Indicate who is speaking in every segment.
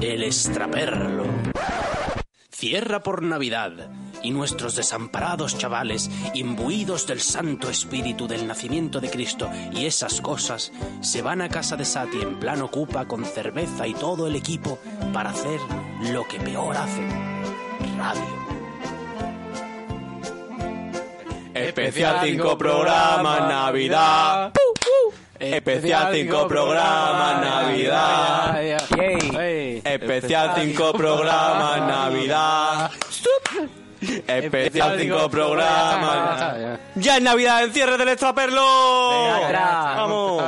Speaker 1: El extraperlo. Cierra por Navidad y nuestros desamparados chavales, imbuidos del Santo Espíritu del nacimiento de Cristo y esas cosas, se van a casa de Sati en plan ocupa con cerveza y todo el equipo para hacer lo que peor hacen, radio.
Speaker 2: Especial 5 programas Navidad. Especial 5 programas Navidad. Especial 5 programas Navidad. Especial 5 programas. Ya es Navidad, encierre del extraperlo. Vamos.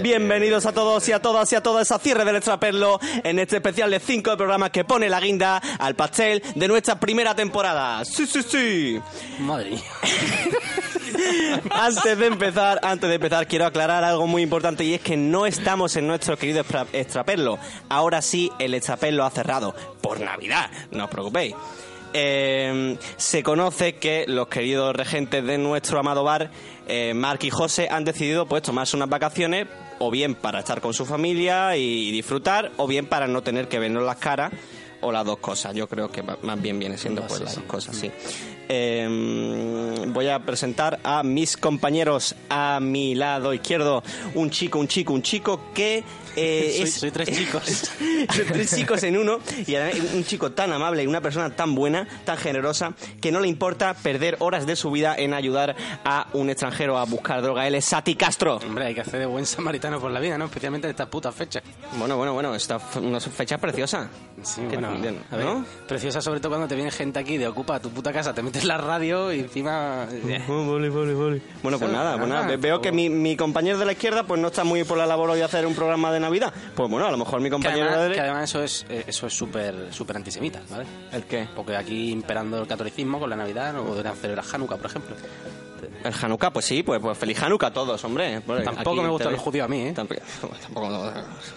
Speaker 2: Bienvenidos a todos y a todas y a todas a cierre del extraperlo en este especial de 5 programas que pone la guinda al pastel de nuestra primera temporada. Sí, sí, sí.
Speaker 1: Madre mía.
Speaker 2: Antes de empezar, antes de empezar, quiero aclarar algo muy importante y es que no estamos en nuestro querido extra- extraperlo. Ahora sí, el extraperlo ha cerrado por Navidad. No os preocupéis. Eh, se conoce que los queridos regentes de nuestro amado bar, eh, Mark y José, han decidido pues tomarse unas vacaciones o bien para estar con su familia y disfrutar, o bien para no tener que vernos las caras, o las dos cosas. Yo creo que ma- más bien viene siendo pues las dos cosas, sí. Eh, voy a presentar a mis compañeros a mi lado izquierdo. Un chico, un chico, un chico que... eh,
Speaker 1: Soy-
Speaker 2: es,
Speaker 1: soy tres chicos.
Speaker 2: son tres chicos en uno y además un chico tan amable y una persona tan buena, tan generosa, que no le importa perder horas de su vida en ayudar a un extranjero a buscar droga. Él es Sati Castro.
Speaker 1: Hombre, hay que hacer de buen samaritano por la vida, ¿no? Especialmente en estas putas fechas.
Speaker 2: Bueno, bueno, bueno, esta f- una fecha preciosa.
Speaker 1: Sí,
Speaker 2: Que
Speaker 1: bueno,
Speaker 2: no-
Speaker 1: a ver,
Speaker 2: ¿no?
Speaker 1: preciosa sobre todo cuando te viene gente aquí de ocupa tu puta casa, te metes la radio y encima...
Speaker 2: Bueno, pues nada, pues nada.
Speaker 1: Ah,
Speaker 2: Ve- Veo que mi, mi compañero de la izquierda pues no está muy por la labor hoy de hacer un programa de Navidad. Pues bueno, a lo mejor mi
Speaker 1: Que
Speaker 2: compañero de la
Speaker 1: además, que
Speaker 2: derecha...
Speaker 1: además eso es eh, eso es súper súper antisemita, ¿vale?
Speaker 2: ¿El qué?
Speaker 1: Porque aquí imperando el catolicismo con la Navidad no deberían celebrar Hanukkah, por ejemplo.
Speaker 2: El Hanukkah, pues sí, pues, pues feliz Hanukkah a todos, hombre. Pues
Speaker 1: Tampoco
Speaker 2: aquí
Speaker 1: me gustan
Speaker 2: te-
Speaker 1: los judíos a mí, ¿eh?
Speaker 2: Tampoco, tampoco-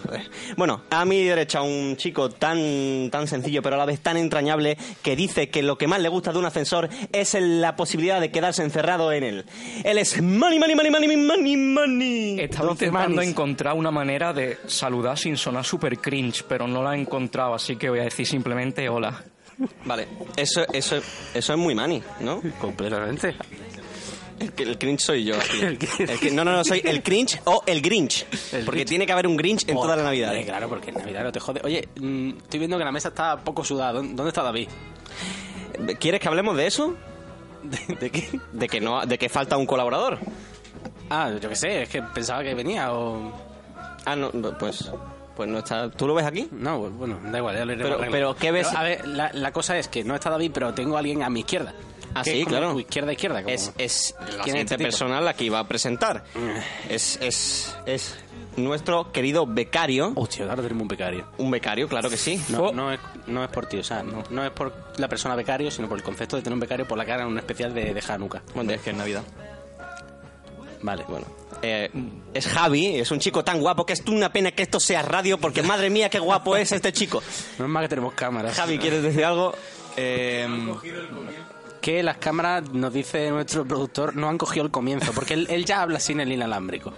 Speaker 2: joder. Bueno, a mi derecha un chico tan, tan sencillo, pero a la vez tan entrañable, que dice que lo que más le gusta de un ascensor es el- la posibilidad de quedarse encerrado en él. Él es money, money, money, money, money, money.
Speaker 3: Estaba
Speaker 1: Doce
Speaker 3: intentando
Speaker 1: manis.
Speaker 3: encontrar una manera de saludar sin sonar super cringe, pero no la he encontrado, así que voy a decir simplemente hola.
Speaker 2: Vale, eso, eso, eso es muy money, ¿no?
Speaker 1: Completamente.
Speaker 2: El, que- el cringe soy yo. aquí.
Speaker 1: El cringe.
Speaker 2: El que- no, no, no, soy el cringe o el grinch.
Speaker 1: El
Speaker 2: porque
Speaker 1: Grinch.
Speaker 2: tiene que haber un grinch en toda la Navidad. ¿eh?
Speaker 1: claro, porque en Navidad no te jode. Oye, mm, estoy viendo que la mesa está poco sudada. ¿Dó- ¿Dónde está David?
Speaker 2: ¿Quieres que hablemos de eso?
Speaker 1: ¿De, de qué?
Speaker 2: De que, no, de que falta un colaborador.
Speaker 1: Ah, yo qué sé, es que pensaba que venía o...
Speaker 2: Ah, no, pues, pues no está. ¿Tú lo ves aquí?
Speaker 1: No, bueno, da igual, ya lo iré
Speaker 2: Pero- pero, ¿qué ves?
Speaker 1: a ver, la, la cosa es que no está David, pero tengo a alguien a mi izquierda.
Speaker 2: Ah,
Speaker 1: Que
Speaker 2: sí,
Speaker 1: es como
Speaker 2: claro.
Speaker 1: tu Izquierda, izquierda. como-
Speaker 2: Es, es la
Speaker 1: ¿Quién es
Speaker 2: siguiente
Speaker 1: este tipo? Mm.
Speaker 2: persona la que iba a presentar. Es, es, es nuestro querido becario.
Speaker 1: Hostia, ahora tenemos un becario.
Speaker 2: Un becario, claro que sí.
Speaker 1: No,
Speaker 2: Oh,
Speaker 1: no, es, no es por ti, o sea, no, no es por la persona becario, sino por el concepto de tener un becario por la cara en un especial de, de Hanukkah.
Speaker 2: Bueno, es que es Navidad.
Speaker 1: Vale, bueno.
Speaker 2: Bueno. eh, es Javi, es un chico tan guapo que es una pena que esto sea radio porque madre mía qué guapo es este chico.
Speaker 1: No es más que tenemos cámaras. Eh,
Speaker 2: Javi, ¿quieres decir algo? Eh,
Speaker 1: Que las cámaras, nos dice nuestro productor, no han cogido el comienzo, porque él, él ya habla sin el inalámbrico.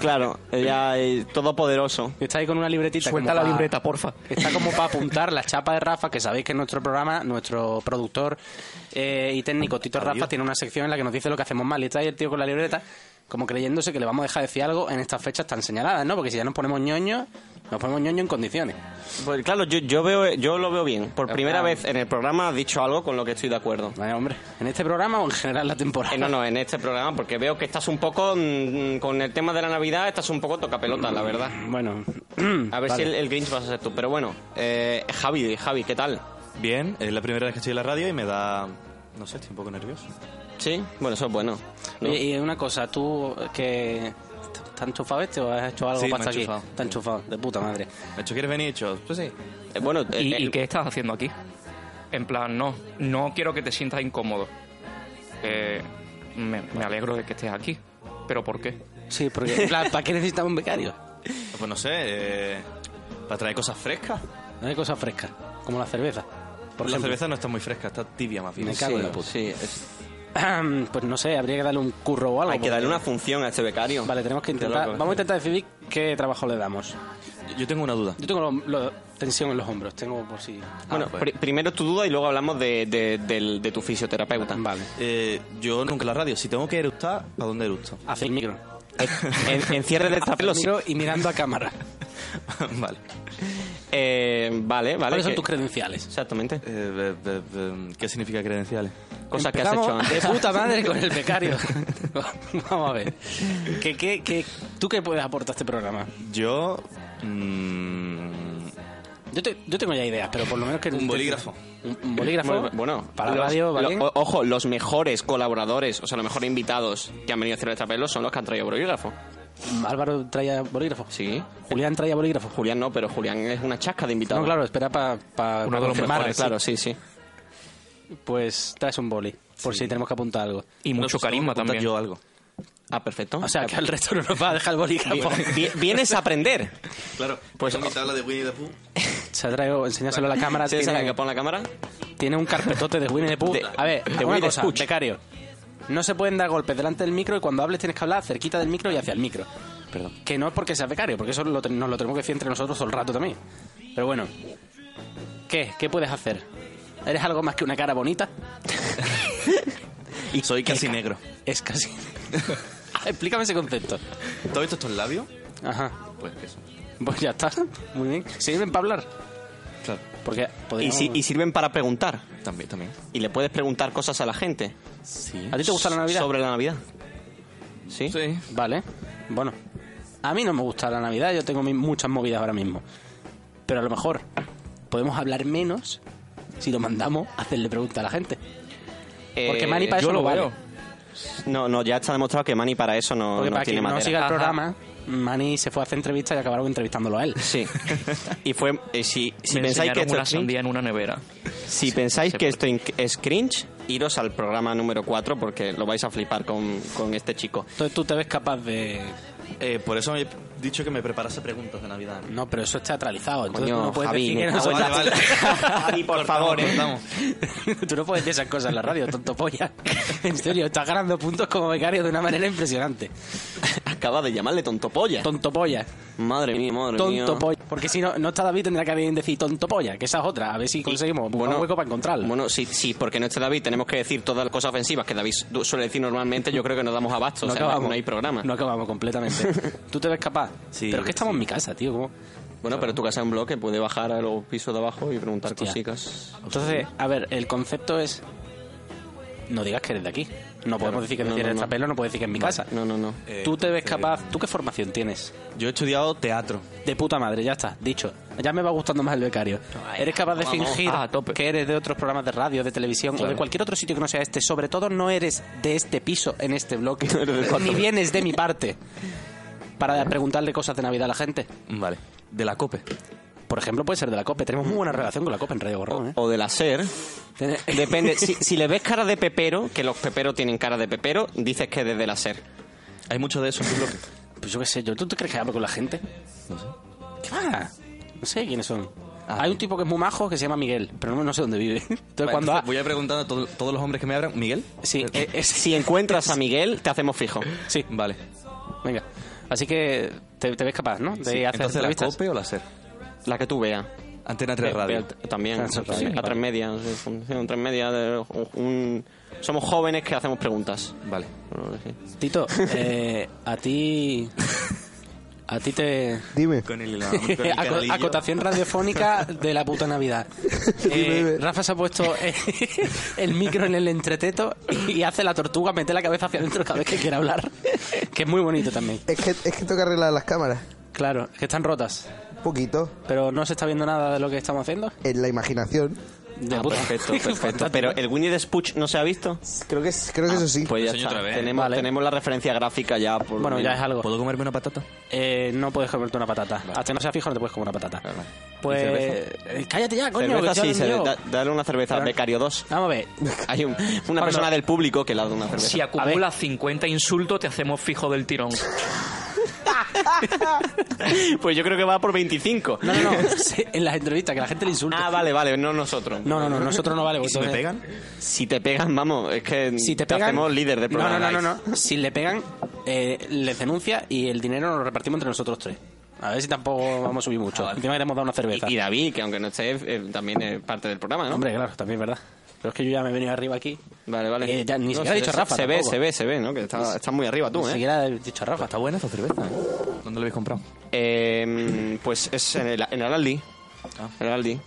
Speaker 2: Claro, ya eh, todopoderoso.
Speaker 1: Está ahí con una libretita.
Speaker 3: Suelta
Speaker 1: como
Speaker 3: la
Speaker 1: pa-
Speaker 3: libreta, porfa.
Speaker 1: Está como para apuntar la chapa de Rafa, que sabéis que en nuestro programa, nuestro productor eh, y técnico Tito Rafa tiene una sección en la que nos dice lo que hacemos mal. Y está ahí el tío con la libreta, como creyéndose que le vamos a dejar decir algo en estas fechas tan señaladas, ¿no? Porque si ya nos ponemos ñoño, nos ponemos ñoño en condiciones.
Speaker 2: Pues claro, yo, yo veo, yo lo veo bien. Por
Speaker 1: Ah,
Speaker 2: primera
Speaker 1: claro.
Speaker 2: vez en el programa has dicho algo con lo que estoy de acuerdo.
Speaker 1: Vaya, hombre, ¿en este programa o en general la temporada?
Speaker 2: Eh, no, no, en este programa, porque veo que estás un poco mm, con el tema de la Navidad, estás un poco tocapelota, la verdad.
Speaker 1: Bueno,
Speaker 2: A ver
Speaker 1: vale.
Speaker 2: si el, el Grinch vas a ser tú. Pero bueno, eh, Javi, Javi, ¿qué tal?
Speaker 4: Bien, es la primera vez que estoy en la radio y me da. No sé, estoy un poco nervioso.
Speaker 2: Sí, bueno, eso es bueno. ¿no?
Speaker 1: Oye, y una cosa, tú que. ¿Estás enchufado este o has hecho algo
Speaker 4: Sí,
Speaker 1: para
Speaker 4: me he
Speaker 1: estar aquí?
Speaker 4: enchufado.
Speaker 1: Está enchufado, de puta madre.
Speaker 4: Me ha hecho, ¿quieres venir? He dicho, pues sí.
Speaker 2: Eh, bueno, eh,
Speaker 3: ¿Y,
Speaker 2: eh,
Speaker 3: y qué estás haciendo aquí? En plan, no, no quiero que te sientas incómodo. Eh, me, me alegro de que estés aquí. ¿Pero por qué?
Speaker 1: Sí, porque, en plan, ¿para qué necesitamos un becario?
Speaker 4: Pues no sé, eh, para traer cosas frescas.
Speaker 1: No hay cosas frescas, como la cerveza. Por
Speaker 4: la
Speaker 1: ejemplo.
Speaker 4: cerveza no está muy fresca, está tibia más bien.
Speaker 1: Me cago en la
Speaker 2: sí,
Speaker 1: puta.
Speaker 2: sí, es-
Speaker 1: Pues no sé, habría que darle un curro o algo.
Speaker 2: Hay que darle
Speaker 1: porque-
Speaker 2: una función a este becario.
Speaker 1: Vale, tenemos que
Speaker 4: Qué
Speaker 1: intentar.
Speaker 4: loco.
Speaker 1: Vamos a intentar decidir qué trabajo le damos.
Speaker 4: Yo tengo una duda.
Speaker 1: Yo tengo lo- lo- tensión en los hombros, tengo por si.
Speaker 2: Bueno,
Speaker 4: Ah, pues.
Speaker 2: pri- primero tu duda y luego hablamos de, de- del- de tu fisioterapeuta.
Speaker 1: Vale.
Speaker 4: Eh, yo nunca en la radio. Si tengo que eructar, ¿para dónde eructo?
Speaker 1: Hacia el micro.
Speaker 2: Eh, En, en cierre de
Speaker 1: Hacia el
Speaker 2: esta sí.
Speaker 1: micro y mirando a cámara.
Speaker 4: vale.
Speaker 2: Eh, vale, vale.
Speaker 1: ¿Cuáles son
Speaker 2: que-
Speaker 1: tus credenciales?
Speaker 2: Exactamente.
Speaker 4: Eh, be- be- be- ¿Qué significa credenciales?
Speaker 2: Cosas que has
Speaker 1: Empezamos
Speaker 2: hecho antes.
Speaker 1: De puta madre con el becario. Vamos a ver. ¿Qué, qué, qué- tú qué puedes aportar a este programa?
Speaker 4: Yo. mm,
Speaker 1: Yo, te- yo tengo ya ideas, pero por lo menos que.
Speaker 4: Un bolígrafo.
Speaker 1: Un, un bolígrafo.
Speaker 2: Muy bu- bueno,
Speaker 1: para la
Speaker 2: los-
Speaker 1: radio, ¿va
Speaker 2: lo-
Speaker 1: bien?
Speaker 2: o- ojo, los mejores colaboradores, o sea, los mejores invitados que han venido a hacer el chapelo son los que han traído bolígrafo.
Speaker 1: Álvaro traía bolígrafo.
Speaker 2: Sí.
Speaker 1: Julián traía bolígrafo.
Speaker 2: Julián no, pero Julián es una chasca de invitados.
Speaker 1: No, claro, espera para pa,
Speaker 3: Uno de los
Speaker 1: confirmar,
Speaker 3: mejores,
Speaker 1: sí.
Speaker 2: Claro, sí, sí.
Speaker 1: Pues traes un boli, por si tenemos que apuntar algo.
Speaker 3: Y
Speaker 4: no,
Speaker 3: mucho
Speaker 4: pues,
Speaker 3: carisma
Speaker 4: tengo que apuntar
Speaker 3: también.
Speaker 4: Yo algo.
Speaker 2: Ah, perfecto.
Speaker 1: O sea, que al resto no nos va a dejar el bolígrafo.
Speaker 2: Vi- vi- vienes a aprender.
Speaker 4: Claro.
Speaker 2: Pues-
Speaker 4: tengo mi tabla de Winnie the Pooh.
Speaker 1: Se ha traído, enseñárselo a la cámara.
Speaker 2: ¿Sí, ¿Sabes que
Speaker 1: Tiene,
Speaker 2: pon la cámara?
Speaker 1: tiene un carpetote de Winnie the Pooh.
Speaker 2: De-
Speaker 1: A ver,
Speaker 2: de
Speaker 1: una
Speaker 2: Winnie the
Speaker 1: cosa,
Speaker 2: Pooh.
Speaker 1: becario. No se pueden dar golpes delante del micro y cuando hables tienes que hablar cerquita del micro y hacia el micro.
Speaker 4: Perdón.
Speaker 1: Que no es porque sea becario, porque eso lo ten- nos lo tenemos que decir entre nosotros todo el rato también. Pero bueno, ¿qué? ¿Qué puedes hacer? ¿Eres algo más que una cara bonita?
Speaker 4: Y soy casi negro.
Speaker 1: Es casi... Ah, Explícame ese concepto.
Speaker 4: ¿Tú has visto estos labios?
Speaker 1: Ajá.
Speaker 4: Pues eso.
Speaker 1: Pues ya está. Muy bien. Sirven para hablar.
Speaker 4: Claro.
Speaker 1: Porque
Speaker 2: Y,
Speaker 1: podríamos-
Speaker 2: si- y sirven para preguntar.
Speaker 4: También, también.
Speaker 2: Y le puedes preguntar cosas a la gente.
Speaker 4: Sí.
Speaker 1: ¿A ti te gusta la Navidad?
Speaker 2: Sobre la Navidad. ¿Sí?
Speaker 4: Sí.
Speaker 1: Vale. Bueno. A mí no me gusta la Navidad. Yo tengo mi- muchas movidas ahora mismo. Pero a lo mejor podemos hablar menos si lo mandamos a hacerle preguntas a la gente. Porque
Speaker 2: Eh,
Speaker 1: Manny para
Speaker 2: yo
Speaker 1: eso
Speaker 2: lo
Speaker 1: no vale.
Speaker 2: veo. No, no, ya está demostrado que Manny para eso no,
Speaker 1: Porque
Speaker 2: no
Speaker 1: para
Speaker 2: tiene
Speaker 1: quien no
Speaker 2: madera.
Speaker 1: siga el
Speaker 3: Ajá.
Speaker 1: programa, Manny se fue a hacer entrevistas y acabaron entrevistándolo a él.
Speaker 2: Sí. Y fue. eh, si si
Speaker 3: Me
Speaker 2: pensáis que
Speaker 3: enseñaron
Speaker 2: esto
Speaker 3: una
Speaker 2: es cringe,
Speaker 3: sandía en una nevera.
Speaker 2: si pensáis
Speaker 3: se
Speaker 2: que
Speaker 3: puede.
Speaker 2: esto in- es cringe, iros al programa número 4 porque lo vais a flipar con, con este chico.
Speaker 1: Entonces tú te ves capaz de...
Speaker 4: Eh, por eso me he dicho que me preparase preguntas de Navidad.
Speaker 1: No, pero eso es teatralizado. Entonces
Speaker 2: Coño,
Speaker 1: tú no puedes
Speaker 2: Javi,
Speaker 1: decir que
Speaker 2: me
Speaker 1: no
Speaker 2: cago en
Speaker 1: son
Speaker 2: la-
Speaker 1: teatralizados.
Speaker 2: Javi, por favor, eh.
Speaker 4: Vamos.
Speaker 1: Tú no puedes decir esas cosas en la radio, tonto polla. En serio, estás ganando puntos como becario de una manera impresionante.
Speaker 2: Acaba de llamarle tonto polla.
Speaker 1: Tonto polla.
Speaker 2: madre mía, madre mía.
Speaker 1: Tonto polla. Porque si no, no está David, tendrá que alguien decir tonto polla, que esa es otra. A ver si conseguimos buscar
Speaker 2: Bueno,
Speaker 1: un hueco para encontrarlo.
Speaker 2: Bueno, sí, sí, porque no está David, tenemos que decir todas las cosas ofensivas que David su- suele decir normalmente. Yo creo que nos damos abasto, o sea, no no hay programa.
Speaker 1: No acabamos completamente. Tú te ves capaz.
Speaker 4: Sí,
Speaker 1: pero es que estamos
Speaker 4: sí.
Speaker 1: en mi casa, tío. ¿cómo?
Speaker 2: Bueno, pero tú que haces un blog que puede bajar a los pisos de abajo y preguntar
Speaker 1: Hostia.
Speaker 2: cositas.
Speaker 1: Entonces, a ver, el concepto es. No digas que eres de aquí. No podemos decir que
Speaker 2: No, no,
Speaker 1: no, tienes
Speaker 2: no.
Speaker 1: esta pelo, no puedes decir que es mi casa.
Speaker 2: No, no, no.
Speaker 4: Eh,
Speaker 1: Tú te ves
Speaker 4: entonces-
Speaker 1: capaz. ¿Tú qué formación tienes?
Speaker 4: Yo he estudiado teatro.
Speaker 1: De puta madre, ya está, dicho. Ya me va gustando más el becario. eres capaz de
Speaker 2: vamos.
Speaker 1: fingir
Speaker 3: Ah, a tope.
Speaker 1: que eres de otros programas de radio, de televisión o de cualquier otro sitio que no sea este. Sobre todo no eres de este piso en este bloque. Ni vienes de mi parte para preguntarle cosas de Navidad a la gente.
Speaker 4: Vale. De la COPE.
Speaker 1: Por ejemplo, puede ser de la COPE. Tenemos muy buena relación con la COPE en Radio Gorrón, ¿eh?
Speaker 2: O de la SER. Depende. si, si le ves cara de pepero, que los peperos tienen cara de pepero, dices que desde la SER.
Speaker 4: Hay mucho de eso en tu bloque.
Speaker 1: Pues yo qué sé, yo, ¿tú te crees que hablo con la gente?
Speaker 4: No sé.
Speaker 1: ¿Qué va? No sé quiénes son.
Speaker 4: Ah.
Speaker 1: Hay un tipo que es muy majo que se llama Miguel, pero no, no sé dónde vive. Entonces,
Speaker 4: Vale,
Speaker 1: cuando
Speaker 4: entonces
Speaker 1: ha-
Speaker 4: voy a preguntar a todo- todos los hombres que me abran. ¿Miguel?
Speaker 1: Sí, eh, eh, sí,
Speaker 2: Si encuentras a Miguel, te hacemos fijo.
Speaker 1: sí.
Speaker 4: Vale.
Speaker 1: Venga. Así que te, te ves capaz, ¿no? De
Speaker 4: Sí,
Speaker 1: hacer
Speaker 4: Entonces, ¿la
Speaker 1: entrevistas.
Speaker 4: COPE o la SER?
Speaker 2: La que tú veas.
Speaker 4: Antena 3
Speaker 2: Ve-
Speaker 4: Radio.
Speaker 2: ve- También.
Speaker 1: Sí,
Speaker 2: sí,
Speaker 1: vale.
Speaker 2: a tres medias. sí, función, tres medias. de- un- un- somos jóvenes que hacemos preguntas.
Speaker 4: Vale.
Speaker 2: Bueno, sí.
Speaker 1: Tito, eh, a ti. A ti te.
Speaker 5: Dime.
Speaker 4: Con el,
Speaker 1: Aco- acotación radiofónica de la puta Navidad. Eh, Rafa se ha puesto eh, el micro en el entreteto y hace la tortuga mete la cabeza hacia adentro cada vez que quiere hablar. Que es muy bonito también.
Speaker 5: Es que, es que tengo que arreglar las cámaras.
Speaker 1: Claro, que están rotas.
Speaker 5: Un poquito.
Speaker 1: Pero no se está viendo nada de lo que estamos haciendo.
Speaker 5: En la imaginación.
Speaker 1: De
Speaker 2: Ah,
Speaker 1: puta.
Speaker 2: perfecto, perfecto. Pero el Winnie the Spooch no se ha visto.
Speaker 5: Creo que, es- creo que eso sí.
Speaker 2: Pues ya
Speaker 4: enseño
Speaker 2: está.
Speaker 4: otra vez.
Speaker 2: Tenemos,
Speaker 1: Vale.
Speaker 2: tenemos la referencia gráfica ya. Por lo
Speaker 1: Bueno, ya
Speaker 2: menos.
Speaker 1: es algo.
Speaker 4: ¿Puedo comerme una patata?
Speaker 1: Eh, no puedes comerte una patata. Hasta que no sea fijo, no te puedes comer una patata. Pues.
Speaker 4: ¿Y
Speaker 1: eh, Cállate ya, coño.
Speaker 2: Cerveza
Speaker 1: que estoy
Speaker 2: sí,
Speaker 1: hablando
Speaker 2: cerve-
Speaker 1: yo.
Speaker 2: da- dale una cerveza,
Speaker 1: Pero-
Speaker 2: becario 2.
Speaker 1: Vamos a ver.
Speaker 2: Hay un- una persona Pues, del público que le ha dado una cerveza.
Speaker 3: Si acumulas 50 insultos, te hacemos fijo del tirón.
Speaker 2: Pues yo creo que va por 25.
Speaker 1: No, no, no. Sí, En las entrevistas, que la gente le insulta.
Speaker 2: Ah, vale, vale, no nosotros.
Speaker 1: No, no, no, nosotros no vale.
Speaker 4: ¿Y si me
Speaker 1: entonces-
Speaker 4: pegan?
Speaker 2: Si te pegan, vamos, es que
Speaker 1: Si te pegan.
Speaker 2: hacemos líder de
Speaker 1: no,
Speaker 2: programa.
Speaker 1: no, no, no, no. Si le pegan, eh, les denuncia y el dinero lo repartimos entre nosotros tres. A ver si tampoco vamos a subir mucho. Encima que le hemos dado una cerveza.
Speaker 2: Y, y David, que aunque no esté, eh, también es parte del programa, ¿no?
Speaker 1: Hombre, claro, también es verdad. Pero es que yo ya me he venido arriba aquí.
Speaker 2: Vale, vale.
Speaker 1: Eh, ya, ni
Speaker 2: No,
Speaker 1: siquiera
Speaker 2: se-
Speaker 1: he dicho a Rafa.
Speaker 2: Se ve,
Speaker 1: tampoco.
Speaker 2: se ve, se ve, ¿no? Que estás está muy arriba tú,
Speaker 1: Ni
Speaker 2: ¿eh?
Speaker 1: siquiera he dicho a Rafa.
Speaker 4: Está buena esta cerveza. ¿Dónde la habéis comprado?
Speaker 2: Eh, pues es en el, en el Aldi. En el Aldi.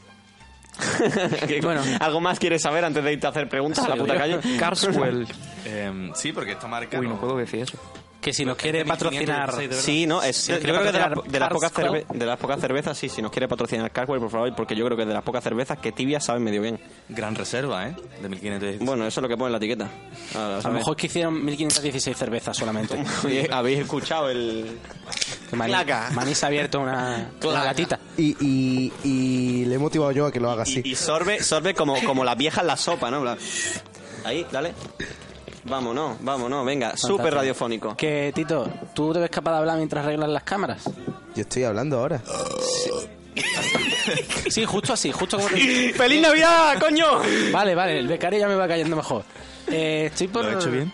Speaker 2: Que-
Speaker 1: Ah. Bueno.
Speaker 2: ¿Algo más quieres saber antes de irte a hacer preguntas a la puta calle?
Speaker 3: Carswell.
Speaker 4: Em, sí, porque esta marca.
Speaker 3: Uy, no puedo decir eso.
Speaker 1: Que si nos quiere patrocinar.
Speaker 4: 1516 de verdad.
Speaker 2: Sí, no, es,
Speaker 1: Sí,
Speaker 2: yo
Speaker 1: quiere
Speaker 2: creo que de, la-
Speaker 1: patrocinar
Speaker 2: de las pocas
Speaker 1: Carswell.
Speaker 2: cerve- de las pocas cervezas, sí, si nos quiere patrocinar Carswell, por favor, porque yo creo que es de las pocas cervezas que tibia sabe medio bien.
Speaker 4: Gran reserva, ¿eh? De 1516.
Speaker 2: Bueno, eso es lo que pone en la etiqueta. Ahora,
Speaker 1: A lo
Speaker 2: ¿sabes?
Speaker 1: mejor es que hicieron 1516 cervezas solamente.
Speaker 2: Oye, Habéis escuchado el...
Speaker 1: Que Mani,
Speaker 2: Claca.
Speaker 1: Mani se ha abierto una, una
Speaker 2: Claca.
Speaker 1: gatita.
Speaker 5: Y, y, y le he motivado yo a que lo haga así.
Speaker 2: Y, y sorbe, sorbe como, como las viejas la sopa, ¿no? En plan, Ahí, dale. Vámonos, vámonos, venga, súper radiofónico.
Speaker 1: Que, Tito, ¿tú te ves capaz de hablar mientras arreglas las cámaras?
Speaker 5: Yo estoy hablando ahora.
Speaker 1: Sí, justo así, justo como... te-
Speaker 2: ¡Feliz Navidad, coño!
Speaker 1: Vale, vale, el becario ya me va cayendo mejor. Eh, estoy por...
Speaker 4: ¿Lo has hecho bien?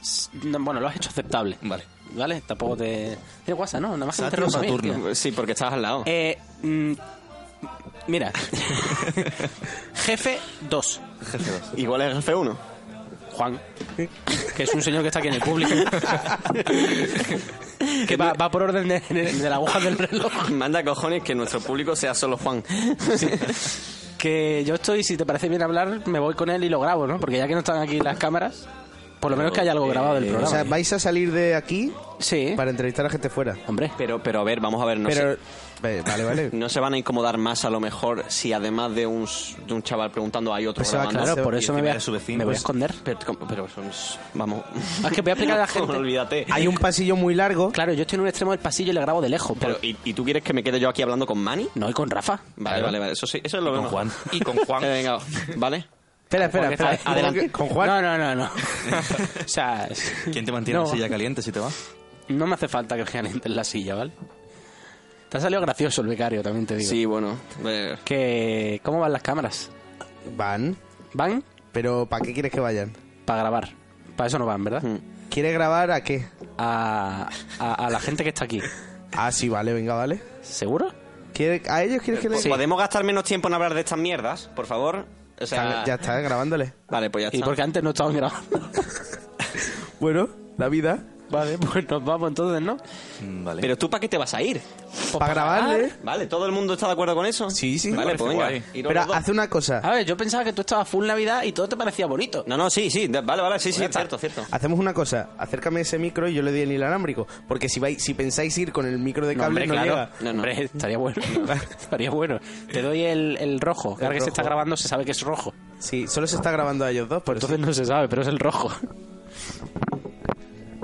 Speaker 1: S- no, bueno, lo has hecho aceptable.
Speaker 4: Vale.
Speaker 1: Vale, tampoco te... Tienes WhatsApp, ¿no? Nada más que me
Speaker 4: Satio
Speaker 1: interrumpa a mí,
Speaker 4: Saturno.
Speaker 1: tío.
Speaker 2: Sí, porque estabas al lado.
Speaker 1: Eh, mm, mira. Jefe 2,
Speaker 2: Igual es el jefe 1.
Speaker 1: Juan. Que es un señor que está aquí en el público. que va, va por orden de, de- de la aguja del reloj.
Speaker 2: Manda cojones que nuestro público sea solo Juan.
Speaker 1: Que yo estoy, si te parece bien hablar, me voy con él y lo grabo, ¿no? Porque ya que no están aquí las cámaras, por lo menos que haya algo grabado del
Speaker 5: O
Speaker 1: programa.
Speaker 5: sea, vais a salir de aquí
Speaker 1: sí,
Speaker 5: para entrevistar a gente fuera.
Speaker 1: hombre.
Speaker 2: Pero, pero a ver, vamos a ver, no,
Speaker 5: ¿Eh? Pero.
Speaker 2: se,
Speaker 5: Ve- Vale, vale.
Speaker 2: no se van a incomodar más a lo mejor si además de un, s- de un chaval preguntando hay otro
Speaker 5: Pues se va,
Speaker 2: grabando.
Speaker 1: Claro,
Speaker 5: se-
Speaker 1: por
Speaker 5: y
Speaker 1: eso me voy,
Speaker 4: encima
Speaker 1: a,
Speaker 4: eres su vecino,
Speaker 1: me voy a
Speaker 4: pues-
Speaker 1: esconder.
Speaker 2: Pero, ¿cómo? pero son- vamos.
Speaker 1: Ah, Es que voy a explicar a la gente.
Speaker 2: Olvídate.
Speaker 5: Hay un pasillo muy largo.
Speaker 1: Claro, yo estoy en un extremo del pasillo y le grabo de lejos.
Speaker 2: Pero, ¿y, y tú quieres que me quede yo aquí hablando con Manny?
Speaker 1: No, y con Rafa.
Speaker 2: Vale, vale, vale. Eso sí, eso es lo
Speaker 4: Con
Speaker 2: mejor.
Speaker 4: Juan.
Speaker 3: Y con Juan.
Speaker 2: Eh, venga, vale.
Speaker 5: Espera, espera, espera.
Speaker 1: Porque-
Speaker 5: ¿Con- ¿Con Juan?
Speaker 1: No, no, no, no. o sea, es-
Speaker 4: ¿Quién te mantiene
Speaker 1: No.
Speaker 4: la silla caliente si te va?
Speaker 1: no me hace falta que en la silla, ¿vale? Te ha salido gracioso el becario, también te digo.
Speaker 2: Sí, bueno. eh,
Speaker 1: Que, ¿Cómo van las cámaras?
Speaker 5: Van.
Speaker 1: ¿Van?
Speaker 5: Pero ¿para qué quieres que vayan?
Speaker 1: Para grabar. Para eso no van, ¿verdad?
Speaker 5: ¿Quieres grabar a qué?
Speaker 1: A, a- a la gente que está aquí.
Speaker 5: Ah, sí, vale, venga, vale.
Speaker 1: ¿Seguro?
Speaker 5: ¿Quiere- ¿A ellos quieres que les.?
Speaker 2: ¿Podemos gastar menos tiempo en hablar de estas mierdas, por favor? O sea,
Speaker 5: Ya está, grabándole.
Speaker 2: Vale, pues ya
Speaker 1: Y
Speaker 2: está.
Speaker 1: porque antes no estaban grabando.
Speaker 5: Bueno, la vida.
Speaker 1: Vale, pues nos vamos entonces, ¿no?
Speaker 4: Mm, Vale.
Speaker 2: Pero tú, ¿para qué te vas a ir?
Speaker 5: Pues Para grabarle.
Speaker 2: Vale, ¿todo el mundo está de acuerdo con eso?
Speaker 5: Sí, sí.
Speaker 2: Vale,
Speaker 5: Me
Speaker 2: pues venga.
Speaker 4: parece guay.
Speaker 2: iros
Speaker 5: Pero
Speaker 2: los dos.
Speaker 5: hace una cosa.
Speaker 1: A ver, yo pensaba que tú estabas full Navidad y todo te parecía bonito.
Speaker 2: No, no, sí, sí, de- vale, vale, sí, sí, cierto, cierto.
Speaker 5: Hacemos una cosa. Acércame ese micro y yo le doy el inalámbrico. Porque si vais, si pensáis ir con el micro de
Speaker 1: No,
Speaker 5: cable,
Speaker 1: hombre,
Speaker 5: no,
Speaker 1: claro.
Speaker 5: llega.
Speaker 2: No, no.
Speaker 1: Hombre, estaría bueno. estaría bueno. Te doy el, el rojo. que Ahora que se
Speaker 5: rojo.
Speaker 1: está grabando se sabe que es rojo.
Speaker 5: Sí, solo se está grabando a ellos dos. pues Por
Speaker 1: Entonces no se sabe, pero es el rojo.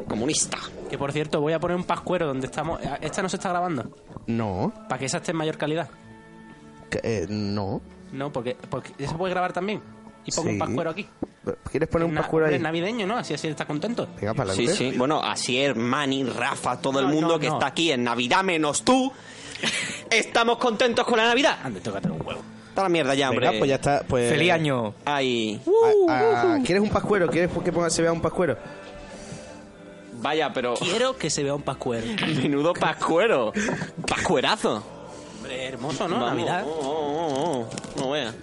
Speaker 2: Comunista.
Speaker 1: Que por cierto, voy a poner un pascuero donde estamos. Eh, Esta no se está grabando.
Speaker 5: eso- No.
Speaker 1: Para que esa esté en mayor calidad.
Speaker 5: que- eh, no.
Speaker 1: No, porque, porque se puede grabar también. Y pongo
Speaker 5: Sí.
Speaker 1: un pascuero aquí.
Speaker 5: ¿Quieres poner un
Speaker 1: Na-
Speaker 5: pascuero
Speaker 1: hombre,
Speaker 5: ahí?
Speaker 1: navideño, ¿no? Así así está contento.
Speaker 5: Venga, para
Speaker 2: Sí,
Speaker 5: adelante.
Speaker 2: sí. Bueno, así es, Manny, Rafa, todo el
Speaker 1: No,
Speaker 2: mundo
Speaker 1: no,
Speaker 2: que
Speaker 1: no.
Speaker 2: está aquí en Navidad menos tú. Estamos contentos con la Navidad.
Speaker 1: Ande, tócate los huevos.
Speaker 2: Está la mierda ya, hombre.
Speaker 5: Venga, pues ya está. Pues,
Speaker 3: ¡Feliz año!
Speaker 2: Ay,
Speaker 5: Ah, ah, ¿Quieres un pascuero? ¿Quieres que ponga, se vea un pascuero?
Speaker 2: vaya, pero
Speaker 1: Quiero que se vea un pascuero.
Speaker 2: menudo pascuero. Pascuerazo.
Speaker 1: Hombre, hermoso, ¿no?
Speaker 2: Vamos,
Speaker 1: Navidad.
Speaker 2: Oh, oh, oh, oh, no veas.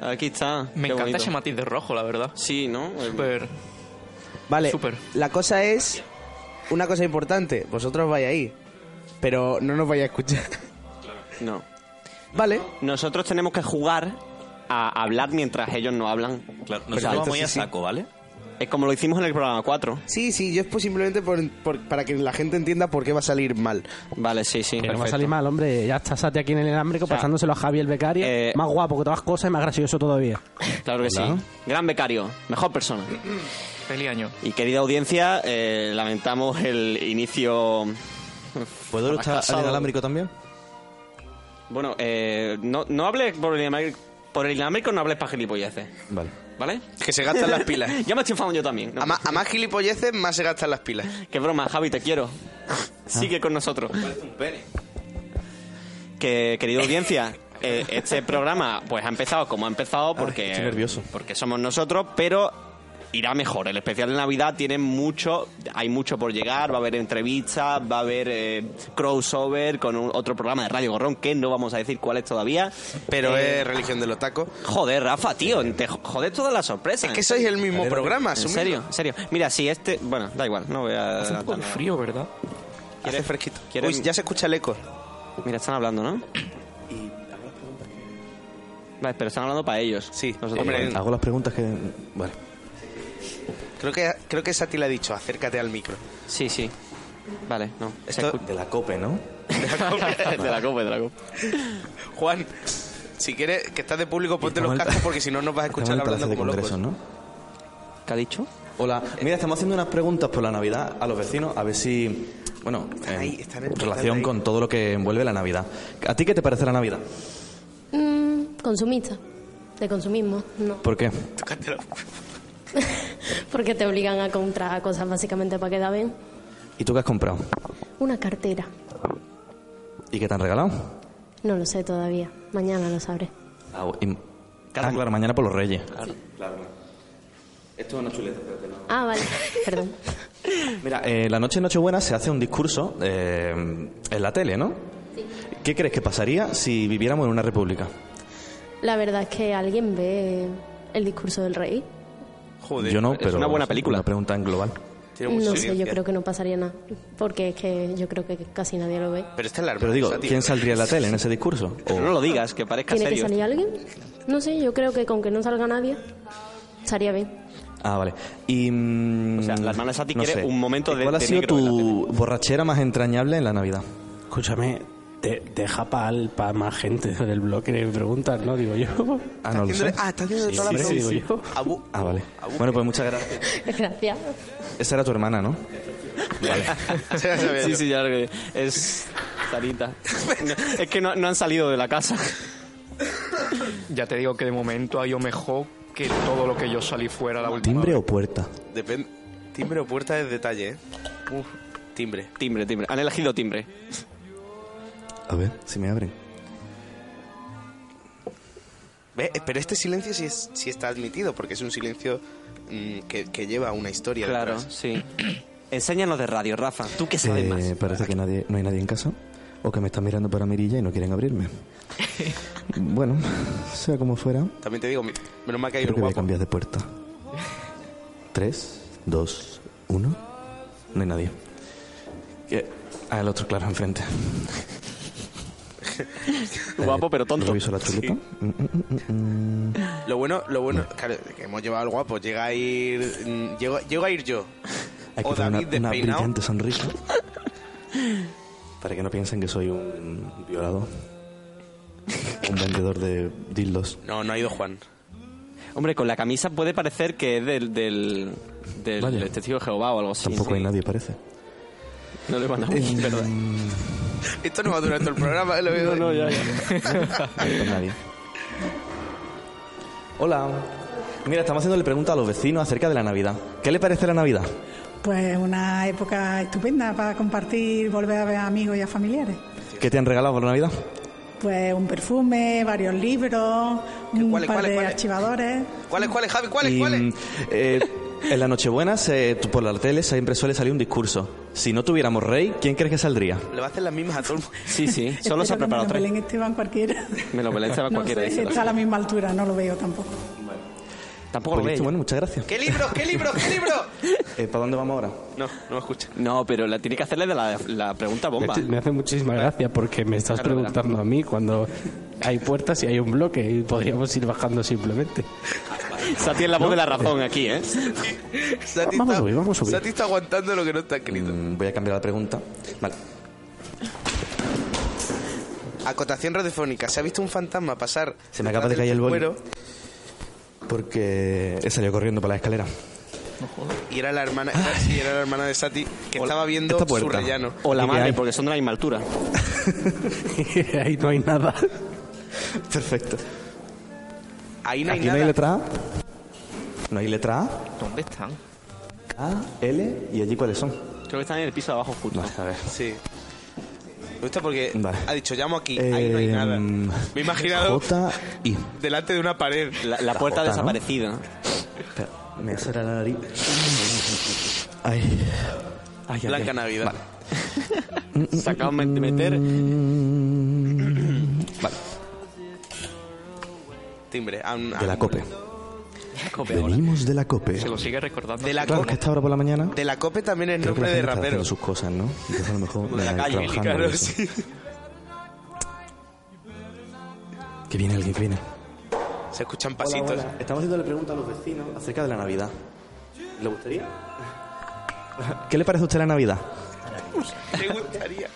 Speaker 2: Aquí está. Qué
Speaker 3: Me encanta
Speaker 2: bonito.
Speaker 3: ese matiz de rojo, la verdad.
Speaker 2: Sí, ¿no?
Speaker 3: Súper.
Speaker 5: Vale.
Speaker 3: Súper.
Speaker 5: La cosa es. Una cosa importante. Vosotros vais ahí. Pero no nos vais a escuchar.
Speaker 2: No.
Speaker 5: Vale.
Speaker 2: Nosotros tenemos que jugar a hablar mientras ellos no hablan.
Speaker 4: Claro,
Speaker 2: O
Speaker 4: nos
Speaker 2: sea,
Speaker 4: vamos
Speaker 5: esto
Speaker 4: muy
Speaker 5: sí,
Speaker 4: a
Speaker 5: sí.
Speaker 4: saco, ¿vale?
Speaker 2: Es como lo hicimos en el programa 4.
Speaker 5: Sí, sí, yo es pues simplemente por- por- para que la gente entienda por qué va a salir mal.
Speaker 2: Vale, sí, sí.
Speaker 1: Que no va a
Speaker 2: perfecto.
Speaker 1: salir mal, hombre. Ya está Sati aquí en el elámbrico pasándoselo a Javi el becario.
Speaker 2: eh,
Speaker 1: más guapo que todas cosas y más gracioso todavía.
Speaker 2: Claro que sí. Gran becario, mejor persona.
Speaker 3: ¡Feliz año!
Speaker 2: Y querida audiencia, eh, lamentamos el inicio.
Speaker 4: ¿Puedo estar
Speaker 2: casado.
Speaker 4: al inalámbrico también?
Speaker 2: Bueno, eh, no, no hables por el inalámbrico, por el inalámbrico no hables para gilipolleces,
Speaker 4: Vale.
Speaker 2: ¿vale?
Speaker 5: Que se gastan las pilas.
Speaker 2: Ya me estoy enfadando yo también. ¿no?
Speaker 5: A, ma- a más gilipolleces, más se gastan las pilas.
Speaker 2: Qué broma, Javi, te quiero. sigue con nosotros. Que, querida audiencia, eh, este programa pues ha empezado como ha empezado porque,
Speaker 4: estoy nervioso.
Speaker 2: porque somos nosotros, pero irá mejor. El especial de Navidad tiene mucho, hay mucho por llegar, va a haber entrevistas, va a haber eh, crossover con un- otro programa de Radio Gorrón que no vamos a decir cuál es todavía.
Speaker 5: Pero
Speaker 2: Eh,
Speaker 5: es religión de los tacos.
Speaker 2: Joder, Rafa, tío, te jo- jodes todas las sorpresas.
Speaker 5: Es que sois el mismo programa,
Speaker 2: En
Speaker 5: asumidlo.
Speaker 2: serio, en serio. Mira, si este... Bueno, da igual, no voy a...
Speaker 3: Hace un poco de frío, ¿verdad?
Speaker 5: Hace fresquito.
Speaker 2: ¿Quieren-
Speaker 5: Uy, ya se escucha el eco.
Speaker 2: Pues Mira, están hablando, ¿no? Vale, pero están hablando para ellos.
Speaker 5: Sí,
Speaker 2: Nosotros
Speaker 5: hombre,
Speaker 4: Hago las preguntas que... Vale.
Speaker 5: creo que, creo que Sati le ha dicho, acércate al micro.
Speaker 2: no. Sí, sí. Vale, no. se
Speaker 5: Esto-
Speaker 4: De la COPE, ¿no?
Speaker 2: escucha. de la copa, de la copa.
Speaker 5: Juan, si quieres que estás de público, ponte los
Speaker 4: Estamos en-
Speaker 5: cascos porque si no nos vas
Speaker 4: Ah,
Speaker 5: a escuchar
Speaker 4: Estamos en
Speaker 5: hablando
Speaker 4: el Palacio de
Speaker 5: como locos.
Speaker 4: Congresos, ¿no?
Speaker 2: ¿Qué ha dicho?
Speaker 4: Hola, mira, estamos haciendo unas preguntas por la Navidad a los vecinos, a ver si, bueno, en
Speaker 5: ahí, están en- están
Speaker 4: relación
Speaker 5: ahí.
Speaker 4: con todo lo que envuelve la Navidad. ¿A ti qué te parece la Navidad?
Speaker 6: Mm, consumista. De consumismo, no.
Speaker 4: ¿Por qué?
Speaker 6: Porque te obligan a comprar cosas básicamente para quedar bien.
Speaker 4: ¿Y tú qué has comprado?
Speaker 6: Una cartera.
Speaker 4: ¿Y qué te han regalado?
Speaker 6: No lo sé todavía. Mañana lo sabré.
Speaker 4: Ah, y- Ah, claro, mañana por los Reyes.
Speaker 6: Ah, vale. Perdón.
Speaker 4: Mira, eh, la noche de Nochebuena se hace un discurso eh, en la tele, ¿no? ¿Qué crees que pasaría si viviéramos en una república?
Speaker 6: La verdad es que alguien ve el discurso del rey.
Speaker 5: Joder,
Speaker 4: Yo no, pero
Speaker 2: una buena película.
Speaker 4: Una pregunta en global.
Speaker 5: tiene mucha
Speaker 6: No sé, yo
Speaker 5: audiencia.
Speaker 6: creo que no pasaría nada. Porque es que yo creo que casi nadie lo ve.
Speaker 5: Pero esta es la
Speaker 4: Pero
Speaker 5: hermosa,
Speaker 4: digo,
Speaker 5: tío.
Speaker 4: ¿quién saldría en la tele en ese discurso? O-
Speaker 2: Pero no lo digas, que parezca
Speaker 6: ¿Tiene que
Speaker 2: serio.
Speaker 6: salir alguien? No sé, yo creo que con que no salga nadie, estaría bien.
Speaker 4: Ah, vale. Y, mm,
Speaker 2: O sea, la hermana Sati
Speaker 4: no
Speaker 2: quiere
Speaker 4: sé.
Speaker 2: un momento de-
Speaker 4: ¿Cuál ha
Speaker 2: de
Speaker 4: sido
Speaker 2: negro en la
Speaker 4: tu borrachera más entrañable en la Navidad?
Speaker 1: Escúchame, de- deja para más gente del blog que me preguntan, ¿no? Digo yo.
Speaker 4: Ah, no lo sé.
Speaker 5: Ah, estás haciendo toda
Speaker 1: sí,
Speaker 5: la
Speaker 1: sí,
Speaker 5: pregunta.
Speaker 1: digo yo.
Speaker 5: Abu-
Speaker 4: Ah, vale. Bueno, pues muchas gracias.
Speaker 6: Gracias.
Speaker 4: Esa era tu hermana, ¿no?
Speaker 5: Se la sabía
Speaker 2: Sí,
Speaker 5: yo.
Speaker 2: sí, ya lo que es Sarita. No, es que no, no han salido de la casa.
Speaker 3: Ya te digo que de momento ha ido mejor que todo lo que yo salí fuera la última
Speaker 4: ¿Timbre
Speaker 3: vez.
Speaker 4: o puerta?
Speaker 5: Depende. Timbre o puerta es detalle, ¿eh? Uf, timbre.
Speaker 2: Timbre, timbre. Han elegido timbre.
Speaker 4: A ver, si me abren.
Speaker 5: Ve, eh, Pero este silencio sí, es- sí está admitido, porque es un silencio mm, que, que lleva una historia.
Speaker 2: Claro,
Speaker 5: detrás.
Speaker 2: sí. Enséñanos de radio, Rafa. ¿Tú qué sabes
Speaker 4: Eh,
Speaker 2: más?
Speaker 4: Parece que nadie, no hay nadie en casa. O que me están mirando por la mirilla y no quieren abrirme. Bueno, sea como fuera,
Speaker 5: También te digo, mi- menos mal que hay
Speaker 4: creo
Speaker 5: un
Speaker 4: que voy a
Speaker 5: guapo.
Speaker 4: cambiar de puerta. Tres, dos, uno. No hay nadie. ¿Qué? Ah, el otro, claro, enfrente.
Speaker 2: Guapo, pero tonto.
Speaker 4: Reviso la chuleta. Mm, mm, mm, mm.
Speaker 5: Lo bueno, lo bueno, claro, que hemos llevado al guapo. Llega a ir. mm, Llego, llego a ir yo.
Speaker 4: Hay que
Speaker 5: O
Speaker 4: poner
Speaker 5: David
Speaker 4: una, una
Speaker 5: despeinado.
Speaker 4: brillante sonrisa. Para que no piensen que soy un violado. Un vendedor de dildos.
Speaker 5: No, no ha ido Juan.
Speaker 2: Hombre, con la camisa puede parecer que es del, del, del,
Speaker 4: Vaya.
Speaker 2: del testigo de Jehová o algo así.
Speaker 4: Tampoco hay nadie, Eh. parece.
Speaker 2: No le mandamos un perdón.
Speaker 5: Esto no va a durar todo el programa, ¿eh? lo veo.
Speaker 4: Ahí con nadie. Hola. Mira, estamos haciéndole preguntas a los vecinos acerca de la Navidad. ¿Qué le parece la Navidad?
Speaker 7: Pues una época estupenda para compartir, volver a ver a amigos y a familiares.
Speaker 4: ¿Qué te han regalado por Navidad?
Speaker 7: Pues un perfume, varios libros, un
Speaker 5: ¿Cuáles,
Speaker 7: par
Speaker 5: cuáles,
Speaker 7: de
Speaker 5: cuáles?
Speaker 7: archivadores.
Speaker 5: ¿Cuáles, cuáles, Javi? ¿Cuáles,
Speaker 4: Y,
Speaker 5: cuáles?
Speaker 4: mm, eh, en la Nochebuena, se, tú- por la tele, siempre suele salir un discurso. Si no tuviéramos rey, ¿quién crees que saldría?
Speaker 5: Le va a hacer las mismas a todo el mundo.
Speaker 2: Sí, sí. Solo se ha
Speaker 7: Espero que me
Speaker 2: preparado
Speaker 7: lo
Speaker 2: tres.
Speaker 7: peleen Esteban cualquiera.
Speaker 2: Me lo pelé, estaba
Speaker 7: No
Speaker 2: cualquiera.
Speaker 7: sé,
Speaker 2: dice la
Speaker 7: está a la
Speaker 2: gente.
Speaker 7: misma altura, no lo veo tampoco.
Speaker 2: Tampoco
Speaker 4: Pues
Speaker 2: lo
Speaker 4: listo,
Speaker 2: veis.
Speaker 4: bueno, muchas gracias.
Speaker 5: ¿Qué libro? ¿Qué libro? ¿Qué libro?
Speaker 4: Eh, ¿Para dónde vamos ahora?
Speaker 5: No, no me escucha.
Speaker 2: No, pero la tiene que hacerle de la, la pregunta bomba.
Speaker 4: Este-
Speaker 1: Me hace muchísima gracia porque me estás
Speaker 2: Claro, ¿verdad?
Speaker 1: preguntando a mí cuando hay puertas y hay un bloque y podríamos ir bajando simplemente.
Speaker 2: Sati es la voz de la razón aquí, ¿eh?
Speaker 5: Sati
Speaker 1: Vamos a
Speaker 5: está-
Speaker 1: subir, vamos a subir.
Speaker 5: Sati está aguantando lo que no está escrito.
Speaker 4: Mm, voy a cambiar la pregunta. Vale.
Speaker 5: Acotación radiofónica. ¿Se ha visto un fantasma pasar?
Speaker 4: Mm. Se me acaba de
Speaker 5: detrás
Speaker 4: caer
Speaker 5: del
Speaker 4: el boli.
Speaker 5: cuero?
Speaker 4: Porque he salido corriendo por la escalera.
Speaker 5: Y era la hermana, sí, era la hermana de Sati que estaba viendo
Speaker 4: Ah, esta
Speaker 5: su
Speaker 4: puerta.
Speaker 5: rellano.
Speaker 2: O la
Speaker 4: ¿Y qué
Speaker 2: madre,
Speaker 4: hay?
Speaker 2: porque son de la misma altura.
Speaker 1: Ahí no hay nada.
Speaker 4: Perfecto.
Speaker 5: Ahí no hay
Speaker 4: Aquí
Speaker 5: nada.
Speaker 4: no hay letra A. No hay letra A,
Speaker 3: ¿Dónde están?
Speaker 4: K, L y allí cuáles son.
Speaker 2: Creo que están en el piso de abajo justo.
Speaker 4: Vale, a ver.
Speaker 5: Sí. Me gusta porque
Speaker 4: Vale.
Speaker 5: ha dicho, llamo aquí, ahí no hay
Speaker 4: Eh,
Speaker 5: nada.
Speaker 4: mm,
Speaker 5: Me he imaginado
Speaker 4: J I.
Speaker 5: delante de una pared.
Speaker 2: La, la puerta ha
Speaker 4: Jota, ¿no?
Speaker 2: desaparecido.
Speaker 4: Espera, me hace la nariz. Ay. Ay, ay,
Speaker 5: Blanca
Speaker 4: ay.
Speaker 5: Navidad.
Speaker 2: Se acaban de meter.
Speaker 5: Timbre. a un- a
Speaker 4: De la
Speaker 5: un-
Speaker 4: cope. Venimos de la cope.
Speaker 3: Se lo sigue recordando.
Speaker 5: De la
Speaker 4: Claro,
Speaker 5: cope.
Speaker 4: que esta hora por la mañana.
Speaker 5: De la cope también es
Speaker 4: creo que la
Speaker 5: nombre
Speaker 4: gente
Speaker 5: de
Speaker 4: está haciendo
Speaker 5: rapero.
Speaker 4: sus cosas, ¿no? Entonces a lo mejor
Speaker 5: De la
Speaker 4: eh,
Speaker 5: calle,
Speaker 4: trabajando
Speaker 5: claro,
Speaker 4: y eso.
Speaker 5: sí.
Speaker 4: Que viene alguien, que viene.
Speaker 5: Se escuchan pasitos.
Speaker 4: Estamos haciéndole preguntas a los vecinos acerca de la Navidad. ¿Le gustaría? ¿Qué le parece a usted la Navidad?
Speaker 5: Me gustaría.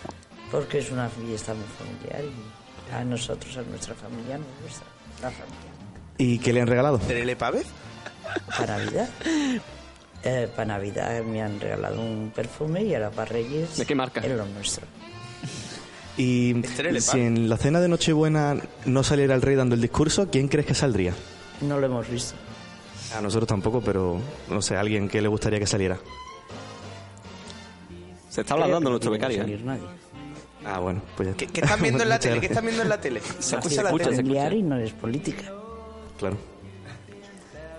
Speaker 8: Porque es una fiesta muy familiar y a nosotros, a nuestra familia, nos gusta la familia.
Speaker 4: ¿Y qué le han regalado?
Speaker 5: ¿Terele Pávez?
Speaker 8: Para Navidad. eh, para Navidad me han regalado un perfume y ahora para Reyes.
Speaker 2: ¿De qué marca?
Speaker 8: Es lo nuestro.
Speaker 4: Y
Speaker 5: Estrella,
Speaker 4: si
Speaker 5: pa.
Speaker 4: en la cena de Nochebuena no saliera el rey dando el discurso, ¿quién crees que saldría?
Speaker 8: No lo hemos visto.
Speaker 4: A nosotros tampoco, pero no sé, alguien que le gustaría que saliera.
Speaker 2: Se está hablando
Speaker 8: Creo que
Speaker 2: nuestro
Speaker 8: no tiene que
Speaker 2: becario. ¿eh?
Speaker 8: salir nadie.
Speaker 4: Ah, bueno, pues ya está.
Speaker 5: ¿Qué, qué están viendo en la
Speaker 4: Muchas
Speaker 5: tele? ¿Qué
Speaker 4: gracias.
Speaker 5: están viendo en la tele? Se
Speaker 8: Nació
Speaker 5: escucha la
Speaker 8: para
Speaker 5: tele.
Speaker 8: enviar y no es política.
Speaker 4: Claro.